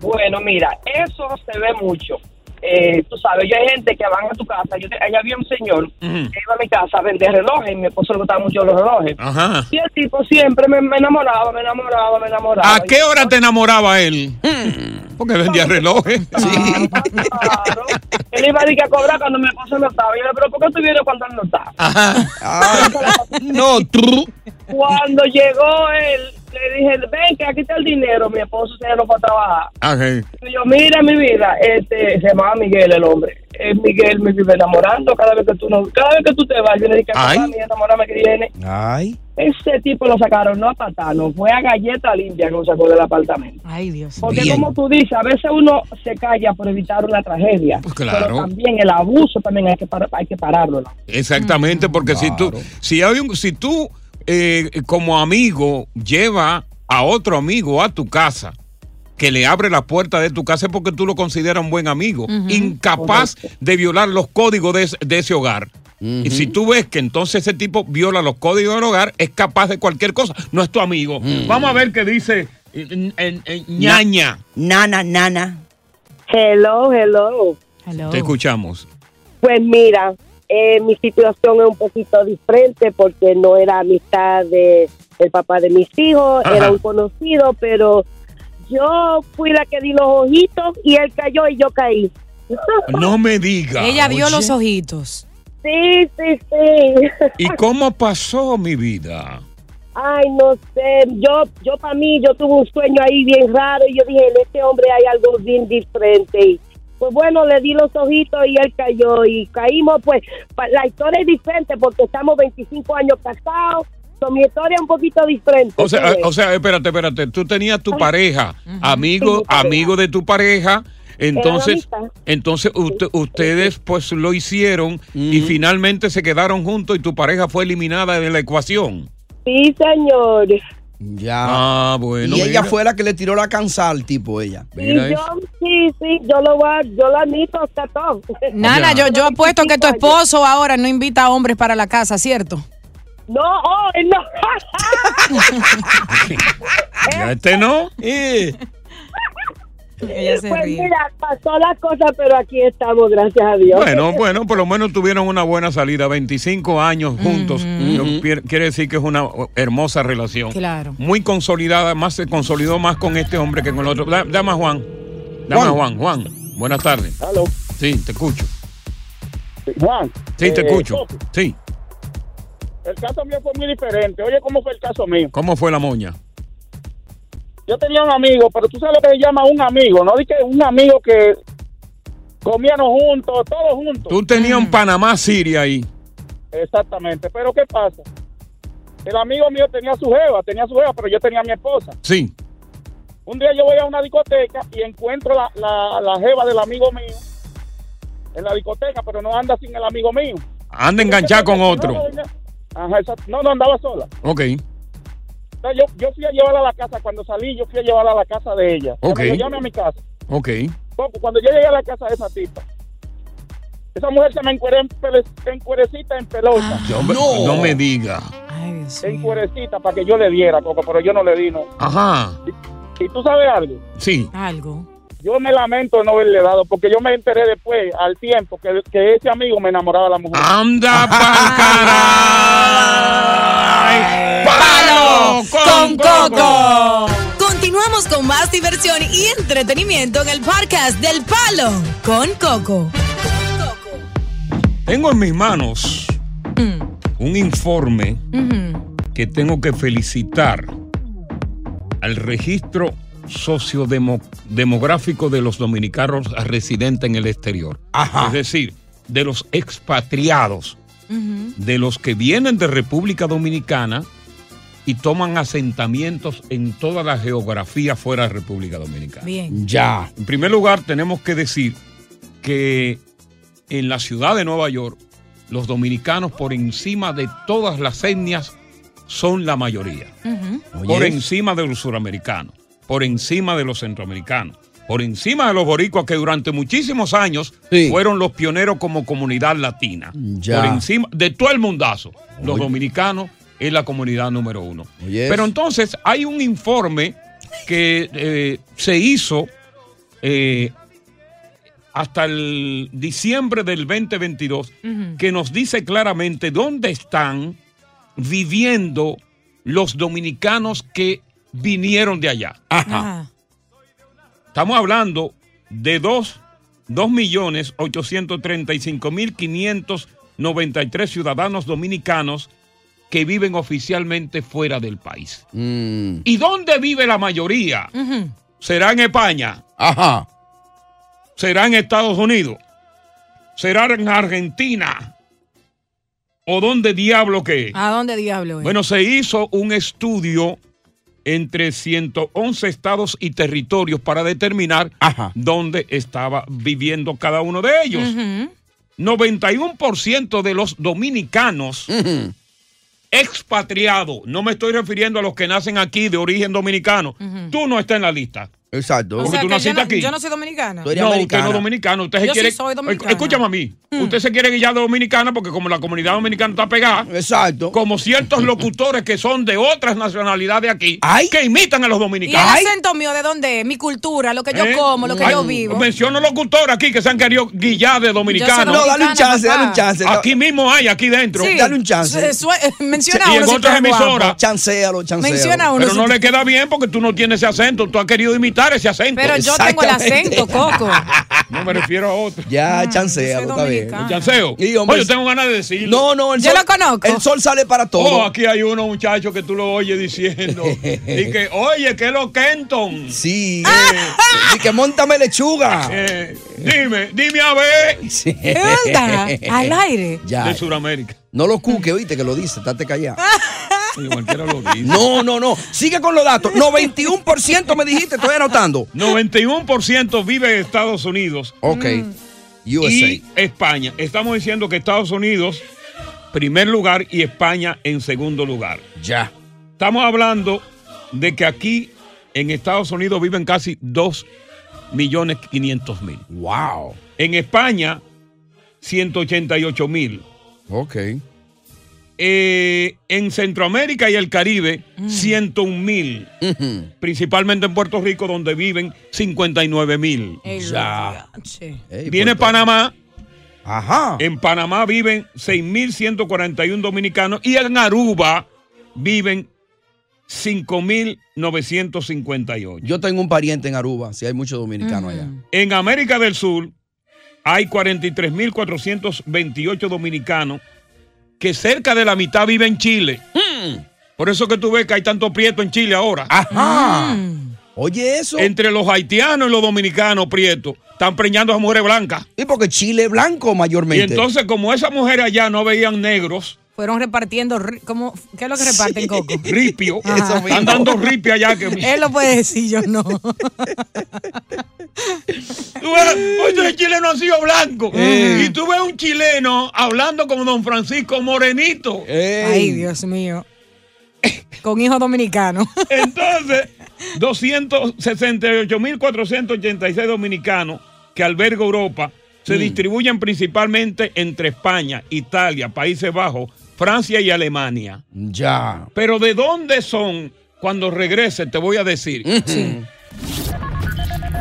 [SPEAKER 14] Bueno, mira, eso se ve mucho. Eh, tú sabes, yo hay gente que van a tu casa. Yo, te- allá había un señor que iba a mi casa a vender relojes. Mi esposo le gustaban mucho los relojes.
[SPEAKER 1] Ajá.
[SPEAKER 14] Y el tipo siempre me, me enamoraba, me enamoraba, me enamoraba.
[SPEAKER 1] ¿A qué hora te enamoraba él? Porque vendía relojes.
[SPEAKER 14] Él iba a decir que a cobrar cuando mi esposo no estaba. Y yo le pero ¿por qué tú vienes cuando él no está?
[SPEAKER 2] no, tú.
[SPEAKER 14] Cuando llegó él, le dije, ven, que aquí está el dinero. Mi esposo se lo fue a trabajar.
[SPEAKER 2] Ah,
[SPEAKER 14] Y yo, mira mi vida, este, se llamaba Miguel el hombre. Eh, Miguel me vive enamorando cada vez que tú no, cada vez que tú te vas, yo le dije,
[SPEAKER 2] Ay.
[SPEAKER 14] mami, enamorame que viene.
[SPEAKER 2] Ay.
[SPEAKER 14] Ese tipo lo sacaron, no a patano, fue a galleta limpia que lo sacó del apartamento.
[SPEAKER 4] Ay, Dios.
[SPEAKER 14] Porque
[SPEAKER 4] Bien.
[SPEAKER 14] como tú dices, a veces uno se calla por evitar una tragedia.
[SPEAKER 1] claro.
[SPEAKER 14] Pero también el abuso también hay que, par- hay que pararlo. ¿no?
[SPEAKER 1] Exactamente, porque si tú, si hay un, si tú eh, como amigo lleva a otro amigo a tu casa que le abre la puerta de tu casa es porque tú lo consideras un buen amigo,
[SPEAKER 15] Ujú.
[SPEAKER 1] incapaz de violar los códigos de, es- de ese hogar. Y si tú ves que entonces ese tipo viola los códigos del hogar, es capaz de cualquier cosa. No es tu amigo. Vamos a ver qué dice eh, eh, eh, ñaña.
[SPEAKER 16] Nana, nana.
[SPEAKER 17] Hello, hello. Oh.
[SPEAKER 1] Te escuchamos.
[SPEAKER 17] Pues mira, eh, mi situación es un poquito diferente porque no era amistad de, del papá de mis hijos,
[SPEAKER 18] Ajá.
[SPEAKER 17] era un conocido, pero yo fui la que di los ojitos y él cayó y yo caí.
[SPEAKER 1] No me digas.
[SPEAKER 4] Ella dio los ojitos.
[SPEAKER 17] sí, sí, sí.
[SPEAKER 1] ¿Y cómo pasó mi vida?
[SPEAKER 17] Ay, no sé, yo, yo para mí, yo tuve un sueño ahí bien raro y yo dije, en este hombre hay algo bien diferente. Y, pues bueno, le di los ojitos y él cayó y caímos, pues pa- la historia es diferente porque estamos 25 años casados, so, mi historia es un poquito diferente.
[SPEAKER 1] O sea, ah,
[SPEAKER 17] ¿sí ves?
[SPEAKER 1] o sea, espérate, espérate. Tú tenías tu pareja,
[SPEAKER 17] Este, Sí,
[SPEAKER 1] amigo,
[SPEAKER 17] mi pareja.
[SPEAKER 1] amigo de tu pareja. Entonces,
[SPEAKER 17] Era amistad.
[SPEAKER 1] entonces usted- ustedes pues lo hicieron y finalmente se quedaron juntos y tu pareja fue eliminada de la ecuación.
[SPEAKER 17] sí, señor.
[SPEAKER 2] Ya.
[SPEAKER 1] Ah, bueno.
[SPEAKER 2] y ella
[SPEAKER 1] mira.
[SPEAKER 2] fue la que le tiró la cansa al tipo, ella.
[SPEAKER 17] Y yo, sí, sí, yo lo voy a- yo lo admito hasta todo.
[SPEAKER 4] Nana, yo, yo apuesto que tu esposo ahora no invita a hombres para la casa, ¿cierto?
[SPEAKER 17] No, oh, él no.
[SPEAKER 1] Ya este no. Eh,
[SPEAKER 17] pues mira, pasó la cosa, pero aquí estamos, gracias a Dios.
[SPEAKER 1] Bueno, pues, bueno, por lo menos tuvieron una buena salida. 25 años juntos. Yo pier- Quiere decir que es una hermosa relación.
[SPEAKER 4] Claro.
[SPEAKER 1] Muy consolidada, más se consolidó más con este hombre que con el otro. Da- Dame a Juan. Dame a Juan. Juan, buenas tardes.
[SPEAKER 19] Aló.
[SPEAKER 1] Sí, te escucho.
[SPEAKER 19] Juan.
[SPEAKER 1] Sí, te
[SPEAKER 19] eh,
[SPEAKER 1] escucho.
[SPEAKER 19] Coco,
[SPEAKER 1] Sí.
[SPEAKER 19] El caso mío fue muy diferente. Oye, ¿cómo fue el caso mío?
[SPEAKER 1] ¿Cómo fue la moña?
[SPEAKER 19] Yo tenía un amigo, pero tú sabes lo que se llama un amigo, ¿no? Dije un amigo que comíamos juntos, todos juntos.
[SPEAKER 1] Tú tenías un Panamá Siria ahí.
[SPEAKER 19] Exactamente. Pero ¿qué pasa? El amigo mío tenía su jeva, tenía su jeva, pero yo tenía a mi esposa.
[SPEAKER 1] Sí.
[SPEAKER 19] Un día yo voy a una discoteca y encuentro la, la, la jeva del amigo mío en la discoteca, pero no anda sin el amigo mío.
[SPEAKER 1] Anda enganchada con
[SPEAKER 19] No,
[SPEAKER 1] otro.
[SPEAKER 19] no, Ajá, exacto. No, no andaba sola.
[SPEAKER 1] Ok.
[SPEAKER 19] O sea, yo, yo fui a llevarla a la casa. Cuando salí, yo fui a llevarla a la casa de ella.
[SPEAKER 1] Ok.
[SPEAKER 19] Cuando llame a mi casa.
[SPEAKER 1] Ok.
[SPEAKER 19] Coco, cuando yo llegué a la casa de esa tipa, esa mujer se me encueré en, pele- en cuerecita, en pelota.
[SPEAKER 1] Yo me- Ah, no. me diga.
[SPEAKER 19] En cuerecita para que yo le diera, Coco, pero yo no le di, no.
[SPEAKER 1] Ajá.
[SPEAKER 19] ¿Y tú sabes algo?
[SPEAKER 1] Sí.
[SPEAKER 4] Algo.
[SPEAKER 19] Yo me lamento de no haberle dado, porque yo me enteré después, al tiempo, que, que ese amigo me enamoraba de la mujer.
[SPEAKER 1] ¡Anda pa'l caray!
[SPEAKER 3] ¡Palo con Coco! Continuamos con más diversión y entretenimiento en el podcast del Palo con Coco.
[SPEAKER 1] Tengo en mis manos un informe que tengo que felicitar al registro sociodemográfico de los dominicanos residentes en el exterior. Es decir, de los expatriados, de los que vienen de República Dominicana y toman asentamientos en toda la geografía fuera de República Dominicana.
[SPEAKER 4] Bien.
[SPEAKER 1] Ya. En primer lugar, tenemos que decir que en la ciudad de Nueva York, los dominicanos por encima de todas las etnias son la mayoría. Por encima de los suramericanos, por encima de los centroamericanos, por encima de los boricuas que durante muchísimos años fueron los pioneros como comunidad latina.
[SPEAKER 2] Ya.
[SPEAKER 1] Por encima de todo el mundazo, los dominicanos es la comunidad número uno. Pero entonces hay un informe que eh, se hizo eh, hasta el diciembre del 2022 que nos dice claramente dónde están viviendo los dominicanos que vinieron de allá. Estamos hablando de 2 millones 835 mil 593 ciudadanos dominicanos que viven oficialmente fuera del país. ¿Y dónde vive la mayoría? ¿Será en España? Ajá. ¿Será en Estados Unidos? ¿Será en Argentina? ¿O dónde diablo que es?
[SPEAKER 4] ¿A dónde diablo? es?
[SPEAKER 1] Bueno, se hizo un estudio entre 111 estados y territorios para determinar dónde estaba viviendo cada uno de ellos. 91% de los dominicanos expatriados, no me estoy refiriendo a los que nacen aquí de origen dominicano, tú no estás en la lista.
[SPEAKER 2] Exacto.
[SPEAKER 4] O
[SPEAKER 1] Porque
[SPEAKER 4] sea,
[SPEAKER 1] tú
[SPEAKER 4] que yo,
[SPEAKER 1] naciste
[SPEAKER 4] no,
[SPEAKER 1] aquí.
[SPEAKER 4] yo no soy dominicana.
[SPEAKER 1] no, usted no es dominicano. Usted se
[SPEAKER 4] Yo sí
[SPEAKER 1] quiere,
[SPEAKER 4] soy dominicana.
[SPEAKER 1] Esc- Escúchame a mí.
[SPEAKER 4] Mm.
[SPEAKER 1] Usted se quiere guiar de dominicana porque como la comunidad dominicana está pegada. Exacto. Como ciertos locutores que son de otras nacionalidades aquí. Que imitan a los
[SPEAKER 4] ¿Y el
[SPEAKER 1] dominicanos.
[SPEAKER 4] acento mío de dónde es? Mi cultura, lo que yo
[SPEAKER 1] ¿Eh?
[SPEAKER 4] como, lo que yo
[SPEAKER 1] Ay,
[SPEAKER 4] vivo.
[SPEAKER 1] Menciono locutores aquí que se han querido guiar de dominicanos.
[SPEAKER 4] dominicana, No, dale un chance, papá. dale un
[SPEAKER 2] chance.
[SPEAKER 1] Aquí mismo hay, aquí dentro.
[SPEAKER 4] Sí. Su- su- eh, menciona
[SPEAKER 1] Y en
[SPEAKER 4] uno si
[SPEAKER 1] otras
[SPEAKER 4] está guapo.
[SPEAKER 1] emisoras.
[SPEAKER 2] Chancealo, chancealo.
[SPEAKER 4] Menciona uno
[SPEAKER 1] Pero
[SPEAKER 4] si
[SPEAKER 1] no
[SPEAKER 4] está-
[SPEAKER 1] le queda bien porque tú no tienes ese acento. Tú has querido imitar ese acento.
[SPEAKER 4] Pero yo tengo el acento, Coco.
[SPEAKER 1] No me refiero a otro.
[SPEAKER 2] Ya, chancealo, está bien.
[SPEAKER 1] Chanceo.
[SPEAKER 2] Y, hombre,
[SPEAKER 1] Oye, yo tengo ganas de decirlo.
[SPEAKER 2] No, no, el sol, El sol sale para todo.
[SPEAKER 1] Oh, aquí hay uno, muchacho, que tú lo oyes diciendo. y que, oye, que lo Kenton.
[SPEAKER 2] Sí. eh, Y que montame lechuga.
[SPEAKER 1] Eh, dime, dime a ver.
[SPEAKER 2] ¿Qué onda? Al aire. Ya.
[SPEAKER 1] De Sudamérica.
[SPEAKER 2] No lo cuque, oíste, que lo dice, estate callado.
[SPEAKER 1] Oye, cualquiera lo dice.
[SPEAKER 2] No, no, no. Sigue con los datos. 91% me dijiste, estoy anotando.
[SPEAKER 1] 91% vive en Estados Unidos.
[SPEAKER 2] Ok.
[SPEAKER 1] Y España. Estamos diciendo que Estados Unidos, primer lugar, y España en segundo lugar.
[SPEAKER 2] Ya.
[SPEAKER 1] Estamos hablando de que aquí en Estados Unidos viven casi 2 millones 500 mil.
[SPEAKER 20] ¡Wow!
[SPEAKER 1] En España, 188 mil.
[SPEAKER 20] Ok.
[SPEAKER 1] Eh, en Centroamérica y el Caribe, 101 mil. Principalmente en Puerto Rico, donde viven 59 mil.
[SPEAKER 20] Ya.
[SPEAKER 1] Viene Panamá.
[SPEAKER 20] Ajá.
[SPEAKER 1] En Panamá viven 6.141 dominicanos y en Aruba viven 5.958.
[SPEAKER 2] Yo tengo un pariente en Aruba, si hay muchos dominicanos allá.
[SPEAKER 1] En América del Sur hay 43.428 dominicanos que cerca de la mitad viven en Chile. Por eso que tú ves que hay tanto prieto en Chile ahora.
[SPEAKER 2] Mm.
[SPEAKER 20] Ajá.
[SPEAKER 1] Oye, eso. Entre los haitianos y los dominicanos, Prieto, están preñando a mujeres blancas.
[SPEAKER 2] Y porque Chile es blanco mayormente.
[SPEAKER 1] Y entonces, como esas mujeres allá no veían negros,
[SPEAKER 4] Fueron repartiendo. ri- ¿cómo, ¿Qué es lo que reparten, Coco?
[SPEAKER 1] ripio,
[SPEAKER 4] Ajá.
[SPEAKER 1] están dando ripio allá que
[SPEAKER 4] Él lo puede decir, yo no.
[SPEAKER 1] Tú ves, oye, el chileno ha sido blanco.
[SPEAKER 20] Eh.
[SPEAKER 1] Y tú ves un chileno hablando con don Francisco Morenito.
[SPEAKER 20] Eh.
[SPEAKER 4] Ay, Dios mío. Con hijo dominicano.
[SPEAKER 1] Entonces, 268.486 dominicanos que alberga Europa
[SPEAKER 20] Mm.
[SPEAKER 1] se distribuyen principalmente entre España, Italia, Países Bajos, Francia y Alemania.
[SPEAKER 20] Ya.
[SPEAKER 1] Pero ¿de dónde son? Cuando regrese te voy a decir.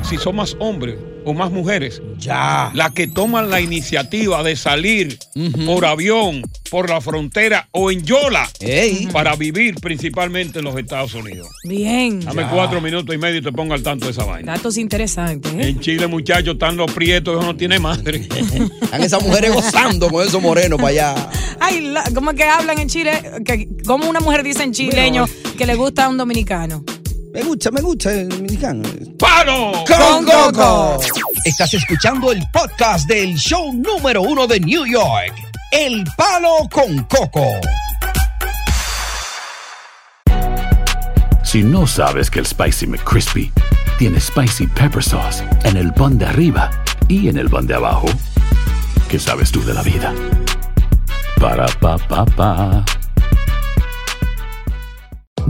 [SPEAKER 1] Si son más hombres o más mujeres.
[SPEAKER 20] Ya.
[SPEAKER 1] Las que toman la iniciativa de salir por avión, por la frontera o en Yola para vivir principalmente en los Estados Unidos.
[SPEAKER 4] Bien.
[SPEAKER 1] Dame cuatro minutos y medio y te pongo al tanto de esa vaina.
[SPEAKER 4] Datos interesantes. ¿eh?
[SPEAKER 1] En Chile, muchachos, están los prietos, eso no tiene madre.
[SPEAKER 2] Están esas mujeres gozando con esos morenos para allá.
[SPEAKER 4] Ay, la- ¿cómo es que hablan en Chile? Que- ¿Cómo una mujer dice en chileño que le gusta a un dominicano?
[SPEAKER 2] Me gusta, me gusta el dominicano.
[SPEAKER 1] ¡Palo!
[SPEAKER 9] Con Coco. Estás escuchando el podcast del show número uno de New York. El Palo con Coco.
[SPEAKER 12] Si no sabes que el Spicy McCrispy tiene Spicy Pepper Sauce en el pan de arriba y en el pan de abajo, ¿qué sabes tú de la vida? Para, pa, pa, pa.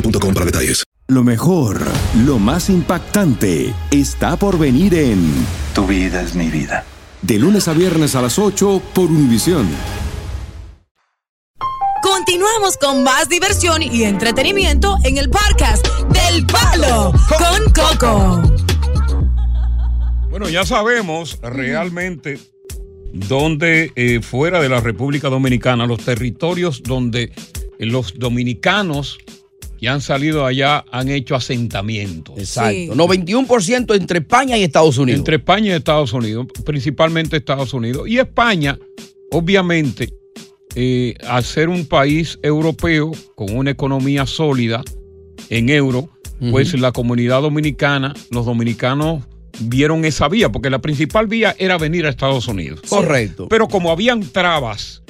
[SPEAKER 13] para detalles.
[SPEAKER 21] Lo mejor, lo más impactante, está por venir en Tu vida es mi vida. De lunes a viernes a las 8 por Univisión.
[SPEAKER 3] Continuamos con más diversión y entretenimiento en el podcast del Palo con Coco.
[SPEAKER 1] Bueno, ya sabemos realmente dónde eh, fuera de la República Dominicana, los territorios donde eh, los dominicanos que han salido allá han hecho asentamientos.
[SPEAKER 2] Exacto. 91% entre España y Estados Unidos.
[SPEAKER 1] Entre España y Estados Unidos, principalmente Estados Unidos. Y España, obviamente, eh, al ser un país europeo con una economía sólida en euro, pues la comunidad dominicana, los dominicanos vieron esa vía, porque la principal vía era venir a Estados Unidos.
[SPEAKER 2] Correcto.
[SPEAKER 1] Pero como habían trabas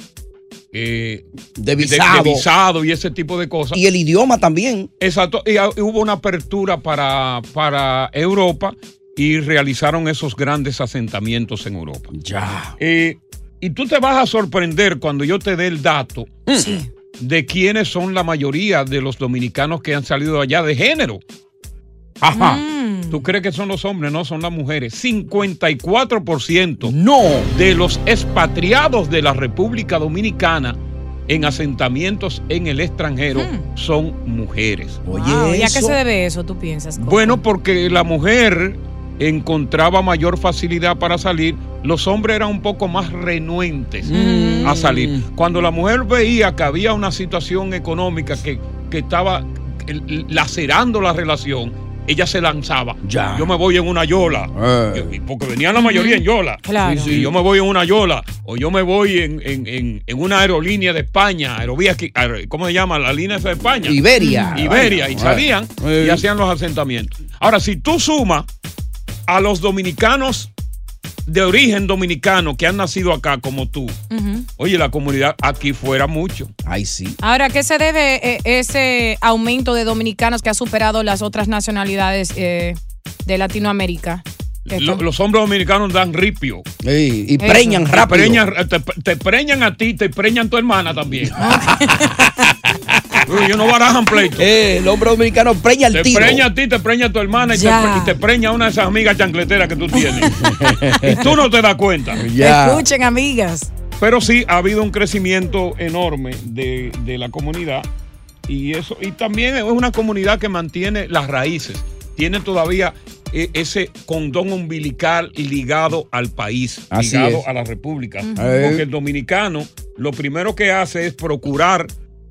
[SPEAKER 1] eh, de,
[SPEAKER 2] visado.
[SPEAKER 1] de visado y ese tipo de cosas.
[SPEAKER 2] Y el idioma también.
[SPEAKER 1] Exacto, y ah, hubo una apertura para, para Europa y realizaron esos grandes asentamientos en Europa.
[SPEAKER 20] Ya.
[SPEAKER 1] Eh, y tú te vas a sorprender cuando yo te dé el dato
[SPEAKER 2] Mm.
[SPEAKER 1] de quiénes son la mayoría de los dominicanos que han salido allá de género. Ajá. ¿Tú crees que son los hombres? No, son las mujeres. 54%
[SPEAKER 2] no.
[SPEAKER 1] de los expatriados de la República Dominicana en asentamientos en el extranjero son mujeres.
[SPEAKER 4] Hmm. Wow, ¿Y a qué se debe eso, tú piensas? Coco?
[SPEAKER 1] Bueno, porque la mujer encontraba mayor facilidad para salir, los hombres eran un poco más renuentes
[SPEAKER 4] Hmm.
[SPEAKER 1] a salir. Cuando la mujer veía que había una situación económica que, que estaba el- lacerando la relación, ella se lanzaba. Yo me voy en una yola.
[SPEAKER 2] Eh.
[SPEAKER 1] Yo- porque venían Pues la mayoría en yola.
[SPEAKER 22] Claro.
[SPEAKER 1] Sí, sí, yo me voy en una yola. O yo me voy en, en- en- en una aerolínea de España. Aerovía, que- aer- ¿cómo se llama? La línea esa de España.
[SPEAKER 2] Iberia.
[SPEAKER 1] Iberia.
[SPEAKER 2] Ah.
[SPEAKER 1] Y salían y hacían los asentamientos. Ahora, si tú sumas a los dominicanos de origen dominicano que han nacido acá como tú,
[SPEAKER 4] Ujú.
[SPEAKER 1] oye, la comunidad aquí fuera mucho.
[SPEAKER 2] Ay, sí.
[SPEAKER 4] Ahora, ¿qué se debe eh, ese aumento de dominicanos que ha superado las otras nacionalidades eh, de Latinoamérica?
[SPEAKER 1] Lo- los hombres dominicanos dan ripio.
[SPEAKER 2] y Eso. preñan
[SPEAKER 1] Te
[SPEAKER 2] rápido.
[SPEAKER 1] preñan- te, te preñan a ti, te preñan tu hermana también. Uy, Ellos no barajan pleito.
[SPEAKER 2] Eh, el hombre dominicano preña al
[SPEAKER 1] te
[SPEAKER 2] tiro.
[SPEAKER 1] Te preña a ti, te preña a tu hermana y te,
[SPEAKER 2] Ya.
[SPEAKER 1] pre- y te preña a una de esas amigas chancleteras que tú tienes. y tú no te das cuenta.
[SPEAKER 4] Escuchen, amigas.
[SPEAKER 1] Pero sí ah, ha habido un crecimiento enorme de, de la comunidad y eso y también es una comunidad que mantiene las raíces, tiene todavía eh, ese condón umbilical ligado al país,
[SPEAKER 23] Así
[SPEAKER 1] ligado
[SPEAKER 23] es.
[SPEAKER 1] a la república,
[SPEAKER 23] Ujú.
[SPEAKER 1] porque el dominicano lo primero que hace es procurar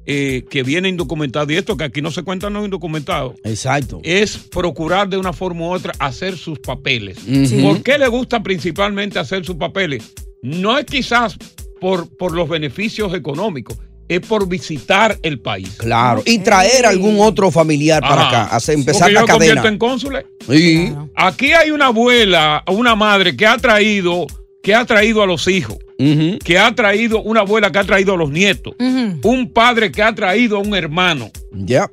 [SPEAKER 1] eh, que viene indocumentado y esto que aquí no se cuentan los indocumentados.
[SPEAKER 2] Exacto.
[SPEAKER 1] Es procurar de una forma u otra hacer sus papeles.
[SPEAKER 2] Ujú.
[SPEAKER 1] ¿Por qué le gusta principalmente hacer sus papeles? No es quizás por, por los beneficios económicos, es por visitar el país.
[SPEAKER 2] Claro. Y traer algún otro familiar Ah, para
[SPEAKER 1] Ajá.
[SPEAKER 2] acá. Hacer, empezar
[SPEAKER 1] Porque yo
[SPEAKER 2] la
[SPEAKER 1] me
[SPEAKER 2] cadena.
[SPEAKER 1] convierto en cónsul.
[SPEAKER 2] Sí.
[SPEAKER 1] Aquí hay una abuela, una madre que ha traído, que ha traído a los hijos, que ha traído una abuela que ha traído a los nietos, un padre que ha traído a un hermano.
[SPEAKER 2] Ya.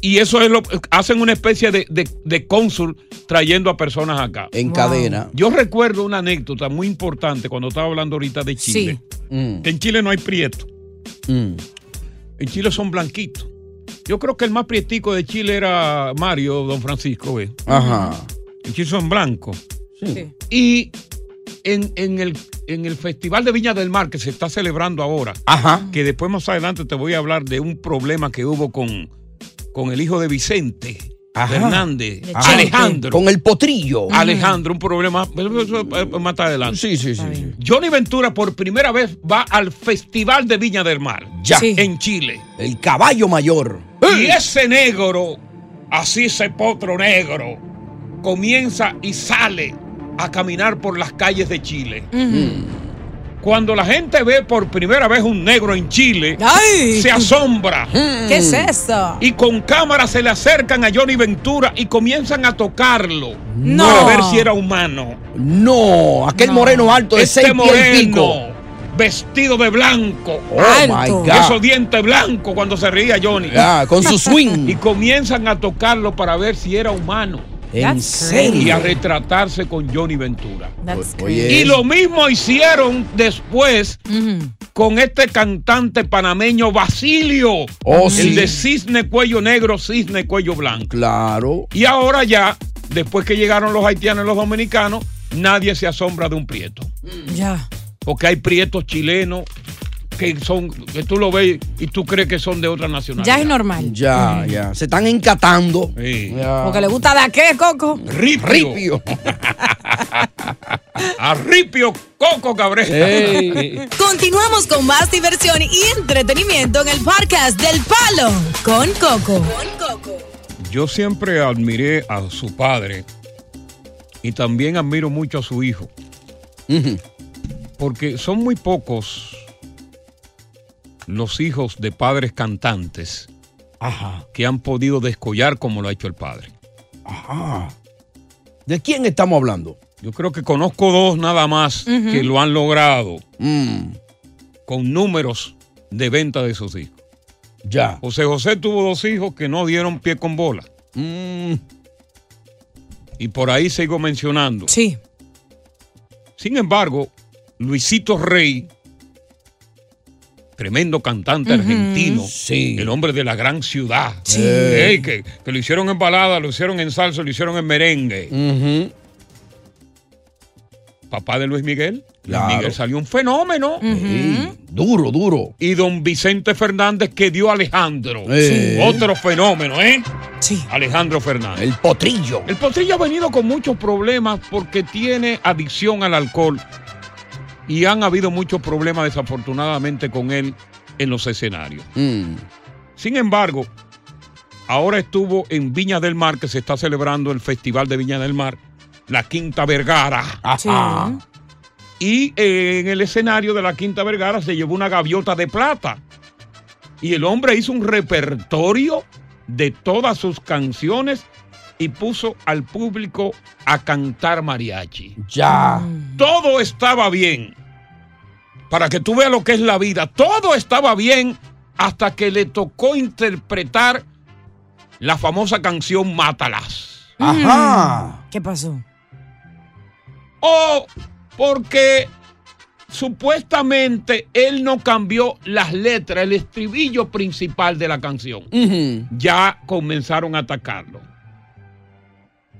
[SPEAKER 1] Y eso es lo hacen una especie de, de- de cónsul trayendo a personas acá.
[SPEAKER 2] En Wow. cadena.
[SPEAKER 1] Yo recuerdo una anécdota muy importante cuando estaba hablando ahorita de Chile.
[SPEAKER 2] Mm,
[SPEAKER 1] Que en Chile no hay prieto. En Chile son blanquitos. Yo creo que el más prietico de Chile era Mario, don Francisco, ¿ves?
[SPEAKER 2] Ajá.
[SPEAKER 1] En Chile son blancos. Y en, en el, en el Festival de Viña del Mar que se está celebrando ahora, que después más adelante te voy a hablar de un problema que hubo con, con el hijo de Vicente.
[SPEAKER 2] Ajá.
[SPEAKER 1] Fernández,
[SPEAKER 2] De Chente.
[SPEAKER 1] Alejandro. Mm.
[SPEAKER 2] Con el potrillo.
[SPEAKER 1] Alejandro, un problema. eso- eso, eh, Más adelante.
[SPEAKER 2] Sí, sí, sí.
[SPEAKER 1] Johnny Ventura por primera vez va al Festival de Viña del Mar.
[SPEAKER 2] Ya.
[SPEAKER 1] En Chile.
[SPEAKER 2] El caballo mayor.
[SPEAKER 1] Y ese negro, así ese potro negro, comienza y sale a caminar por las calles de Chile.
[SPEAKER 2] Mm.
[SPEAKER 1] Cuando la gente ve por primera vez un negro en Chile,
[SPEAKER 4] ¡Ay!
[SPEAKER 1] se asombra.
[SPEAKER 4] ¿Qué es eso?
[SPEAKER 1] Y con cámara se le acercan a Johnny Ventura y comienzan a tocarlo
[SPEAKER 2] No.
[SPEAKER 1] para ver si era humano.
[SPEAKER 2] No, aquel moreno alto de
[SPEAKER 1] Este
[SPEAKER 2] seis pies y
[SPEAKER 1] moreno
[SPEAKER 2] pico.
[SPEAKER 1] vestido de blanco.
[SPEAKER 2] Oh, Alto. my God.
[SPEAKER 1] Esos dientes blancos cuando se reía Johnny.
[SPEAKER 2] Ya, con su swing.
[SPEAKER 1] Y comienzan a tocarlo para ver si era humano.
[SPEAKER 2] ¿En That's serio? crazy.
[SPEAKER 1] Y a retratarse con Johnny Ventura.
[SPEAKER 4] That's
[SPEAKER 1] Y lo mismo hicieron después con este cantante panameño Basilio.
[SPEAKER 2] Oh,
[SPEAKER 1] el
[SPEAKER 2] sí.
[SPEAKER 1] de Cisne Cuello Negro, Cisne Cuello Blanco.
[SPEAKER 2] Claro.
[SPEAKER 1] Y ahora ya, después que llegaron los haitianos y los dominicanos, nadie se asombra de un prieto.
[SPEAKER 4] Ya.
[SPEAKER 1] Porque hay prietos chilenos que son, que tú lo ves y tú crees que son de otra nacionalidad.
[SPEAKER 4] Ya es normal.
[SPEAKER 2] Ya,
[SPEAKER 1] Mm.
[SPEAKER 2] ya. Se están encatando. Ya.
[SPEAKER 4] Porque le gusta dar qué, Coco.
[SPEAKER 1] Ripio. A Ripio Coco Cabrera.
[SPEAKER 2] Ey.
[SPEAKER 3] Continuamos con más diversión y entretenimiento en el podcast del Palo con Coco.
[SPEAKER 1] Yo siempre admiré a su padre y también admiro mucho a su hijo. Porque son muy pocos los hijos de padres cantantes que han podido descollar como lo ha hecho el padre.
[SPEAKER 2] Ajá. ¿De quién estamos hablando?
[SPEAKER 1] Yo creo que conozco dos nada más
[SPEAKER 2] Ujú.
[SPEAKER 1] que lo han logrado
[SPEAKER 2] Mm.
[SPEAKER 1] con números de venta de sus hijos.
[SPEAKER 2] Ya.
[SPEAKER 1] José José tuvo dos hijos que no dieron pie con bola.
[SPEAKER 2] Mm.
[SPEAKER 1] Y por ahí sigo mencionando.
[SPEAKER 4] Sí.
[SPEAKER 1] Sin embargo, Luisito Rey, tremendo cantante argentino, el hombre de la gran ciudad,
[SPEAKER 23] Sí.
[SPEAKER 1] Ey, que, que lo hicieron en balada, lo hicieron en salsa, lo hicieron en merengue. Papá de Luis Miguel.
[SPEAKER 2] Claro.
[SPEAKER 1] Luis Miguel salió un fenómeno.
[SPEAKER 2] Duro, duro.
[SPEAKER 1] Y don Vicente Fernández que dio a Alejandro.
[SPEAKER 2] Eh. Sí.
[SPEAKER 1] Otro fenómeno, ¿eh? Sí. Alejandro Fernández.
[SPEAKER 2] El potrillo.
[SPEAKER 1] El potrillo ha venido con muchos problemas porque tiene adicción al alcohol. Y han habido muchos problemas
[SPEAKER 11] Hmm.
[SPEAKER 1] desafortunadamente con él en los escenarios. Sin embargo, Ahora estuvo en Viña del Mar, que se está celebrando el Festival de Viña del Mar, la Quinta Vergara.
[SPEAKER 4] Ajá.
[SPEAKER 1] Y eh, en el escenario de la Quinta Vergara se llevó una gaviota de plata. Y el hombre hizo un repertorio de todas sus canciones y puso al público a cantar mariachi.
[SPEAKER 20] Ya.
[SPEAKER 1] Todo estaba bien. Para que tú veas lo que es la vida. Todo estaba bien hasta que le tocó interpretar la famosa canción Mátalas.
[SPEAKER 4] Ajá. ¿Qué pasó?
[SPEAKER 1] O porque supuestamente él no cambió las letras, el estribillo principal de la canción. Ya comenzaron a atacarlo.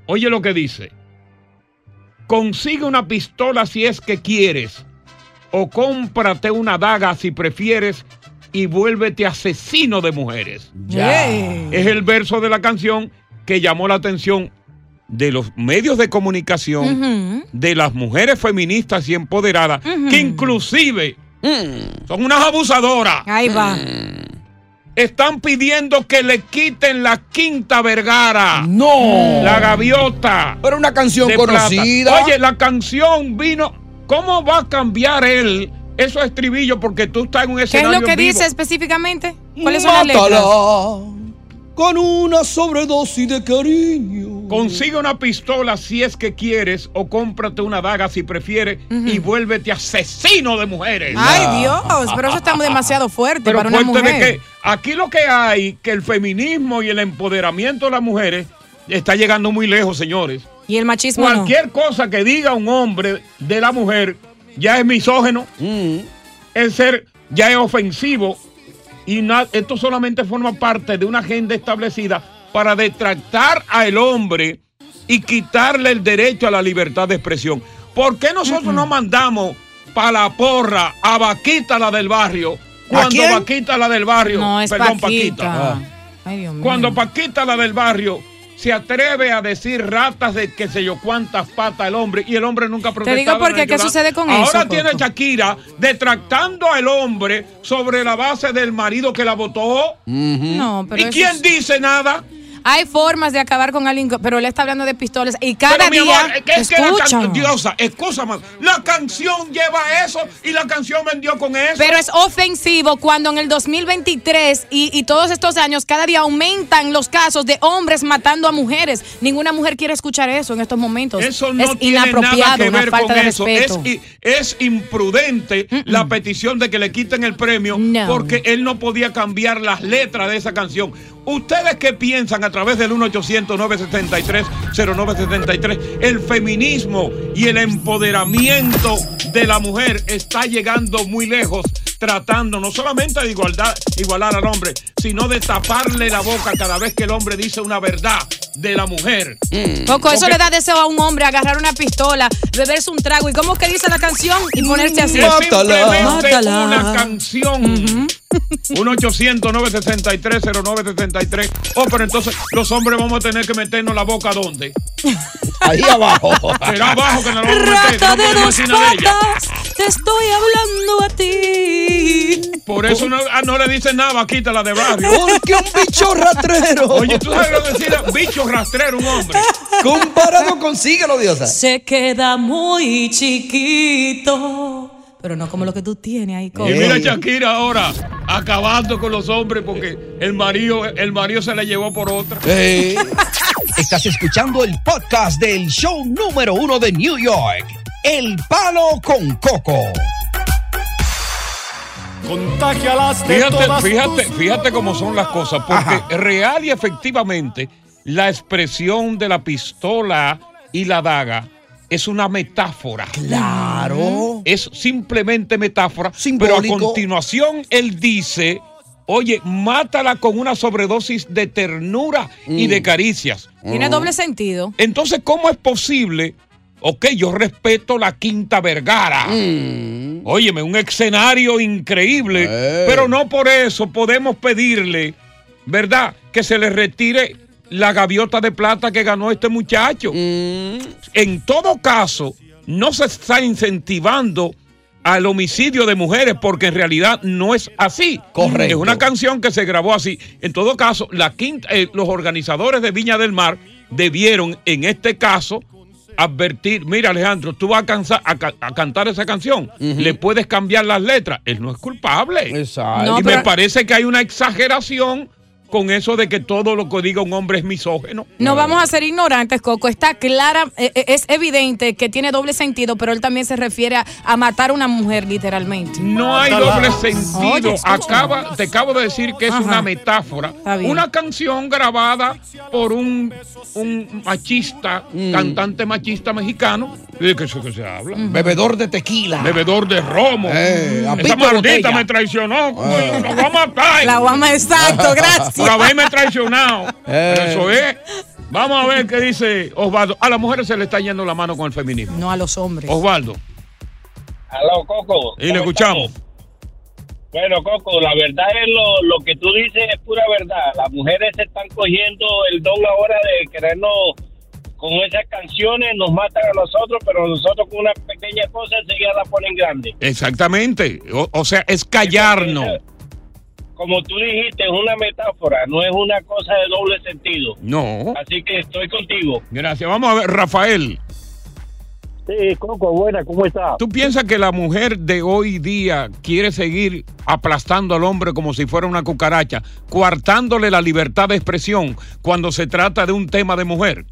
[SPEAKER 1] Oye lo que dice. Consigue una pistola si es que quieres. O cómprate una daga si prefieres y vuélvete asesino de mujeres.
[SPEAKER 20] Ya.
[SPEAKER 1] Es el verso de la canción que llamó la atención de los medios de comunicación, de las mujeres feministas y empoderadas,
[SPEAKER 20] Ujú.
[SPEAKER 1] que inclusive
[SPEAKER 2] Mm.
[SPEAKER 1] son unas abusadoras. Mm.
[SPEAKER 4] Ahí va.
[SPEAKER 1] Están pidiendo que le quiten la Quinta Vergara.
[SPEAKER 2] No.
[SPEAKER 1] La gaviota.
[SPEAKER 2] Pero una canción
[SPEAKER 1] de
[SPEAKER 2] conocida.
[SPEAKER 1] plata. Oye, la canción vino. ¿Cómo va a cambiar él esos estribillos? Porque tú estás en un
[SPEAKER 4] ¿Qué es
[SPEAKER 1] escenario.
[SPEAKER 4] lo que
[SPEAKER 1] en vivo.
[SPEAKER 4] dice específicamente? ¿Cuáles son las letras?
[SPEAKER 2] Mátala Con una sobredosis de cariño.
[SPEAKER 1] Consigue una pistola si es que quieres o cómprate una daga si prefieres y vuélvete asesino de mujeres.
[SPEAKER 4] Ay, Dios, pero eso está demasiado fuerte
[SPEAKER 1] Pero
[SPEAKER 4] para una
[SPEAKER 1] fuerte
[SPEAKER 4] mujer.
[SPEAKER 1] de que aquí lo que hay, que el feminismo y el empoderamiento de las mujeres está llegando muy lejos, señores.
[SPEAKER 4] Y el machismo no.
[SPEAKER 1] Cualquier cosa que diga un hombre de la mujer ya es misógeno, el ser ya es ofensivo y na- esto solamente forma parte de una agenda establecida para detractar al hombre y quitarle el derecho a la libertad de expresión. ¿Por qué nosotros no mandamos para la porra a Vaquita la del barrio? Cuando
[SPEAKER 4] quién?
[SPEAKER 1] Vaquita la del barrio,
[SPEAKER 4] No, es
[SPEAKER 1] perdón,
[SPEAKER 4] Paquita. Ah.
[SPEAKER 1] Paquita.
[SPEAKER 4] Ay, Dios mío.
[SPEAKER 1] Cuando Paquita, la del barrio, se atreve a decir ratas de que se yo cuántas patas el hombre y el hombre nunca protestaba.
[SPEAKER 4] digo porque,
[SPEAKER 1] no
[SPEAKER 4] ¿qué
[SPEAKER 1] ayudaba.
[SPEAKER 4] sucede con
[SPEAKER 1] Ahora
[SPEAKER 4] eso,
[SPEAKER 1] Ahora tiene a Shakira detractando al hombre sobre la base del marido que la votó.
[SPEAKER 4] No, pero
[SPEAKER 1] ¿Y
[SPEAKER 4] eso
[SPEAKER 1] quién
[SPEAKER 4] es-
[SPEAKER 1] dice nada?
[SPEAKER 4] Hay formas de acabar con alguien, pero él está hablando de pistolas y cada
[SPEAKER 1] Pero, mi
[SPEAKER 4] día.
[SPEAKER 1] amor, es que- es que la can-
[SPEAKER 4] escucha.
[SPEAKER 1] Diosa, escúchame, la canción lleva eso y la canción vendió con eso.
[SPEAKER 4] Pero es ofensivo cuando en el 2023 y, y todos estos años cada día aumentan los casos de hombres matando a mujeres. Ninguna mujer quiere escuchar eso en estos momentos.
[SPEAKER 1] Eso no
[SPEAKER 4] es
[SPEAKER 1] tiene nada
[SPEAKER 4] inapropiado,
[SPEAKER 1] que
[SPEAKER 4] una
[SPEAKER 1] ver
[SPEAKER 4] falta
[SPEAKER 1] con
[SPEAKER 4] de
[SPEAKER 1] eso.
[SPEAKER 4] respeto.
[SPEAKER 1] Es, i- es imprudente la petición de que le quiten el premio porque él no podía cambiar las letras de esa canción. ¿Ustedes qué piensan a través del 1-800-973-0973? El feminismo y el empoderamiento de la mujer está llegando muy lejos tratando no solamente de igualdad, igualar al hombre, sino de taparle la boca cada vez que el hombre dice una verdad de la mujer.
[SPEAKER 4] Coco, eso
[SPEAKER 1] Porque-
[SPEAKER 4] le da deseo a un hombre agarrar una pistola, beberse un trago y cómo es que dice la canción y ponerse Este así.
[SPEAKER 1] Es simplemente una canción. 1-800-963-0963. Oh, pero entonces los hombres vamos a tener que meternos la boca ¿dónde?
[SPEAKER 2] Ahí abajo.
[SPEAKER 1] Será abajo que nos la vamos a meter.
[SPEAKER 4] Rata
[SPEAKER 1] no
[SPEAKER 4] de
[SPEAKER 1] podemos
[SPEAKER 4] dos
[SPEAKER 1] decir nada de ella.
[SPEAKER 4] patas, te estoy hablando a ti.
[SPEAKER 1] Por eso no, ah, no le dicen nada, quita la de barrio.
[SPEAKER 2] Porque un bicho rastrero.
[SPEAKER 1] Oye, tú sabes lo que decía bicho rastrero un hombre.
[SPEAKER 2] Comparado con síguelo, diosa.
[SPEAKER 4] Se queda muy chiquito. Pero no como lo que tú tienes ahí, Coco.
[SPEAKER 1] Y mira a Shakira ahora acabando con los hombres porque el marido, el marido se la llevó por otra.
[SPEAKER 9] Eh, Estás escuchando el podcast del show número uno de New York, El Palo con Coco.
[SPEAKER 22] Contagialas de
[SPEAKER 1] Fíjate,
[SPEAKER 22] todas
[SPEAKER 1] fíjate,
[SPEAKER 22] tus-
[SPEAKER 1] fíjate cómo son las cosas, porque real y efectivamente la expresión de la pistola y la daga es una metáfora. Claro. Es simplemente metáfora. Pero a
[SPEAKER 2] Simbólico.
[SPEAKER 1] continuación él dice, oye, mátala con una sobredosis de ternura y de caricias.
[SPEAKER 4] Tiene
[SPEAKER 1] Mm.
[SPEAKER 4] doble sentido.
[SPEAKER 1] Entonces, ¿cómo es posible? Ok, yo respeto la Quinta Vergara. Óyeme, un escenario increíble. Pero no por eso podemos pedirle, ¿verdad? Que se le retire la gaviota de plata que ganó este muchacho. En todo caso, no se está incentivando al homicidio de mujeres, porque en realidad no es así. Correcto. Es una canción que se grabó así. En todo caso, la quinta, eh, los organizadores de Viña del Mar debieron, en este caso, advertir, mira Alejandro, tú vas a, cansa- a ca- a cantar esa canción, le puedes cambiar las letras. Él no es culpable.
[SPEAKER 2] Exacto.
[SPEAKER 4] No,
[SPEAKER 1] y me
[SPEAKER 4] pero-
[SPEAKER 1] parece que hay una exageración con eso de que todo lo que diga un hombre es misógeno.
[SPEAKER 4] No vamos a ser ignorantes, Coco. Está clara, eh, eh, es evidente que tiene doble sentido, pero él también se refiere a, a matar a una mujer, literalmente.
[SPEAKER 1] No
[SPEAKER 2] Ah,
[SPEAKER 1] hay doble sentido.
[SPEAKER 4] Oye, escucha.
[SPEAKER 1] Acaba, te acabo de decir que es una metáfora.
[SPEAKER 4] bien.
[SPEAKER 1] Una canción grabada por un, un machista,
[SPEAKER 2] Mm.
[SPEAKER 1] cantante machista mexicano. ¿De qué se, qué se habla?
[SPEAKER 2] Bebedor de tequila. Eh,
[SPEAKER 1] Bebedor de romo.
[SPEAKER 2] a
[SPEAKER 1] Esa
[SPEAKER 2] pico de Ah.
[SPEAKER 1] maldita
[SPEAKER 2] botella.
[SPEAKER 1] me traicionó. coño, La voy a matar.
[SPEAKER 4] La voy a matar, exacto, gracias.
[SPEAKER 1] La voy a me traicionado.
[SPEAKER 2] Eh.
[SPEAKER 1] Pero Eso es. Vamos a ver qué dice Osvaldo. A las mujeres se le está yendo la mano con el feminismo.
[SPEAKER 4] No a los hombres.
[SPEAKER 1] Osvaldo,
[SPEAKER 23] Aló, Coco.
[SPEAKER 1] y le escuchamos.
[SPEAKER 23] Bueno, Coco, la verdad es lo, lo que tú dices es pura verdad. Las mujeres se están cogiendo el don ahora de querernos con esas canciones, nos matan a nosotros, pero nosotros con una pequeña cosa enseguida la ponen grande.
[SPEAKER 1] Exactamente. O, o sea, es callarnos.
[SPEAKER 23] Como tú dijiste, es una metáfora, no es una cosa de doble sentido.
[SPEAKER 1] No.
[SPEAKER 23] Así que estoy contigo.
[SPEAKER 1] Gracias. Vamos a ver, Rafael.
[SPEAKER 23] Sí, Coco, buena, ¿cómo está?
[SPEAKER 1] ¿Tú piensas que la mujer de hoy día quiere seguir aplastando al hombre como si fuera una cucaracha, coartándole la libertad de expresión cuando se trata de un tema de mujer?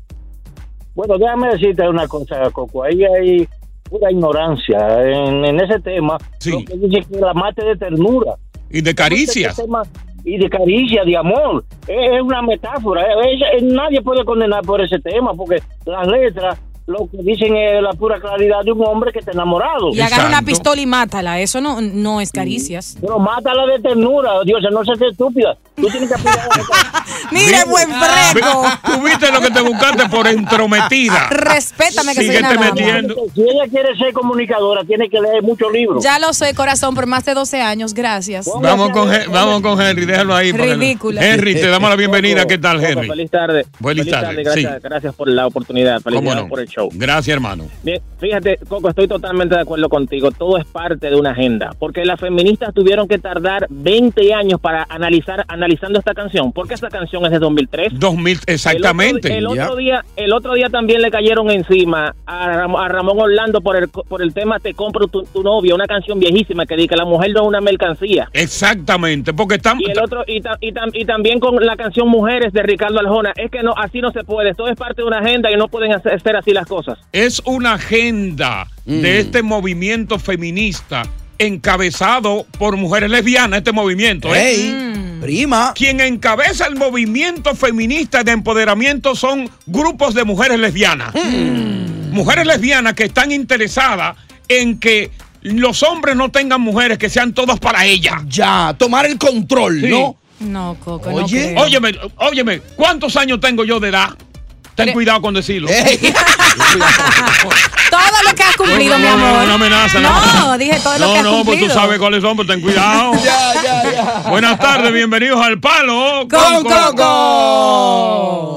[SPEAKER 23] Bueno, déjame decirte una cosa, Coco. Ahí hay pura ignorancia en, en ese tema. Lo que dice que la mate de ternura.
[SPEAKER 1] Y de
[SPEAKER 23] caricia.
[SPEAKER 1] caricias.
[SPEAKER 23] Y de caricia, de amor. Es, es una metáfora. Es- es- nadie puede condenar por ese tema, porque las letras lo que dicen es la pura claridad de un hombre que está enamorado.
[SPEAKER 4] Y agarra una pistola y mátala. Eso no, no es caricias.
[SPEAKER 23] Pero mátala de ternura, Dios, no seas estúpida. Tú tienes que apoyar a la
[SPEAKER 4] Mire, buen freco.
[SPEAKER 1] Tú viste lo que te buscaste por entrometida.
[SPEAKER 4] Respétame que soy
[SPEAKER 1] Síguete
[SPEAKER 4] una dama.
[SPEAKER 1] metiendo.
[SPEAKER 23] Si ella quiere ser comunicadora, tiene que leer muchos libros.
[SPEAKER 4] Ya lo sé, corazón, por más de 12 años. Gracias.
[SPEAKER 1] Vamos con, Hen- vamos con Henry, déjalo ahí. porque no-
[SPEAKER 4] Ridícula.
[SPEAKER 1] Henry, te damos la bienvenida. ¿Qué tal,
[SPEAKER 23] Coco,
[SPEAKER 1] Henry?
[SPEAKER 23] feliz tarde.
[SPEAKER 1] Buenas
[SPEAKER 23] Feliz tarde,
[SPEAKER 1] tardes.
[SPEAKER 23] gracias,
[SPEAKER 1] sí.
[SPEAKER 23] gracias por la oportunidad.
[SPEAKER 1] ¿Cómo
[SPEAKER 23] Felicidades
[SPEAKER 1] no?
[SPEAKER 23] por el show.
[SPEAKER 1] Gracias, hermano.
[SPEAKER 23] Bien, fíjate, Coco, estoy totalmente de acuerdo contigo. Todo es parte de una agenda. Porque las feministas tuvieron que tardar 20 años para analizar analizando esta canción. Porque esta canción es de 2003.
[SPEAKER 1] 2000, exactamente.
[SPEAKER 23] El otro, el otro
[SPEAKER 1] Ya.
[SPEAKER 23] día, el otro día también le cayeron encima a, Ram- a Ramón Orlando por el, por el tema Te compro tu, tu novia, una canción viejísima que dice que la mujer no es una mercancía.
[SPEAKER 1] Exactamente, porque estamos.
[SPEAKER 23] Y el otro y, ta- y tam- y también con la canción Mujeres de Ricardo Aljona. Es que no así no se puede. Todo es parte de una agenda y no pueden hacer, ser así las cosas.
[SPEAKER 1] es una agenda
[SPEAKER 2] Mm.
[SPEAKER 1] de este movimiento feminista encabezado por mujeres lesbianas, este movimiento. ¿eh?
[SPEAKER 4] Mm.
[SPEAKER 2] Prima.
[SPEAKER 1] Quien encabeza el movimiento feminista de empoderamiento son grupos de mujeres lesbianas.
[SPEAKER 2] Mm.
[SPEAKER 1] Mujeres lesbianas que están interesadas en que los hombres no tengan mujeres, que sean todas para ellas.
[SPEAKER 2] Ya, tomar el control, ¿no?
[SPEAKER 4] No, Coco, no
[SPEAKER 1] Oye,
[SPEAKER 4] creo.
[SPEAKER 1] óyeme, óyeme, ¿cuántos años tengo yo de edad? Ten cuidado con decirlo.
[SPEAKER 4] Todo lo que has cumplido,
[SPEAKER 1] No, no,
[SPEAKER 4] mi
[SPEAKER 1] no, no,
[SPEAKER 4] amor.
[SPEAKER 1] una amenaza,
[SPEAKER 4] No,
[SPEAKER 1] no.
[SPEAKER 4] dije todo lo
[SPEAKER 1] No,
[SPEAKER 4] que has
[SPEAKER 1] no, pues
[SPEAKER 4] cumplido.
[SPEAKER 1] tú sabes cuáles son, pero ten cuidado. Buenas tardes, bienvenidos al Palo
[SPEAKER 4] Con
[SPEAKER 1] Coco.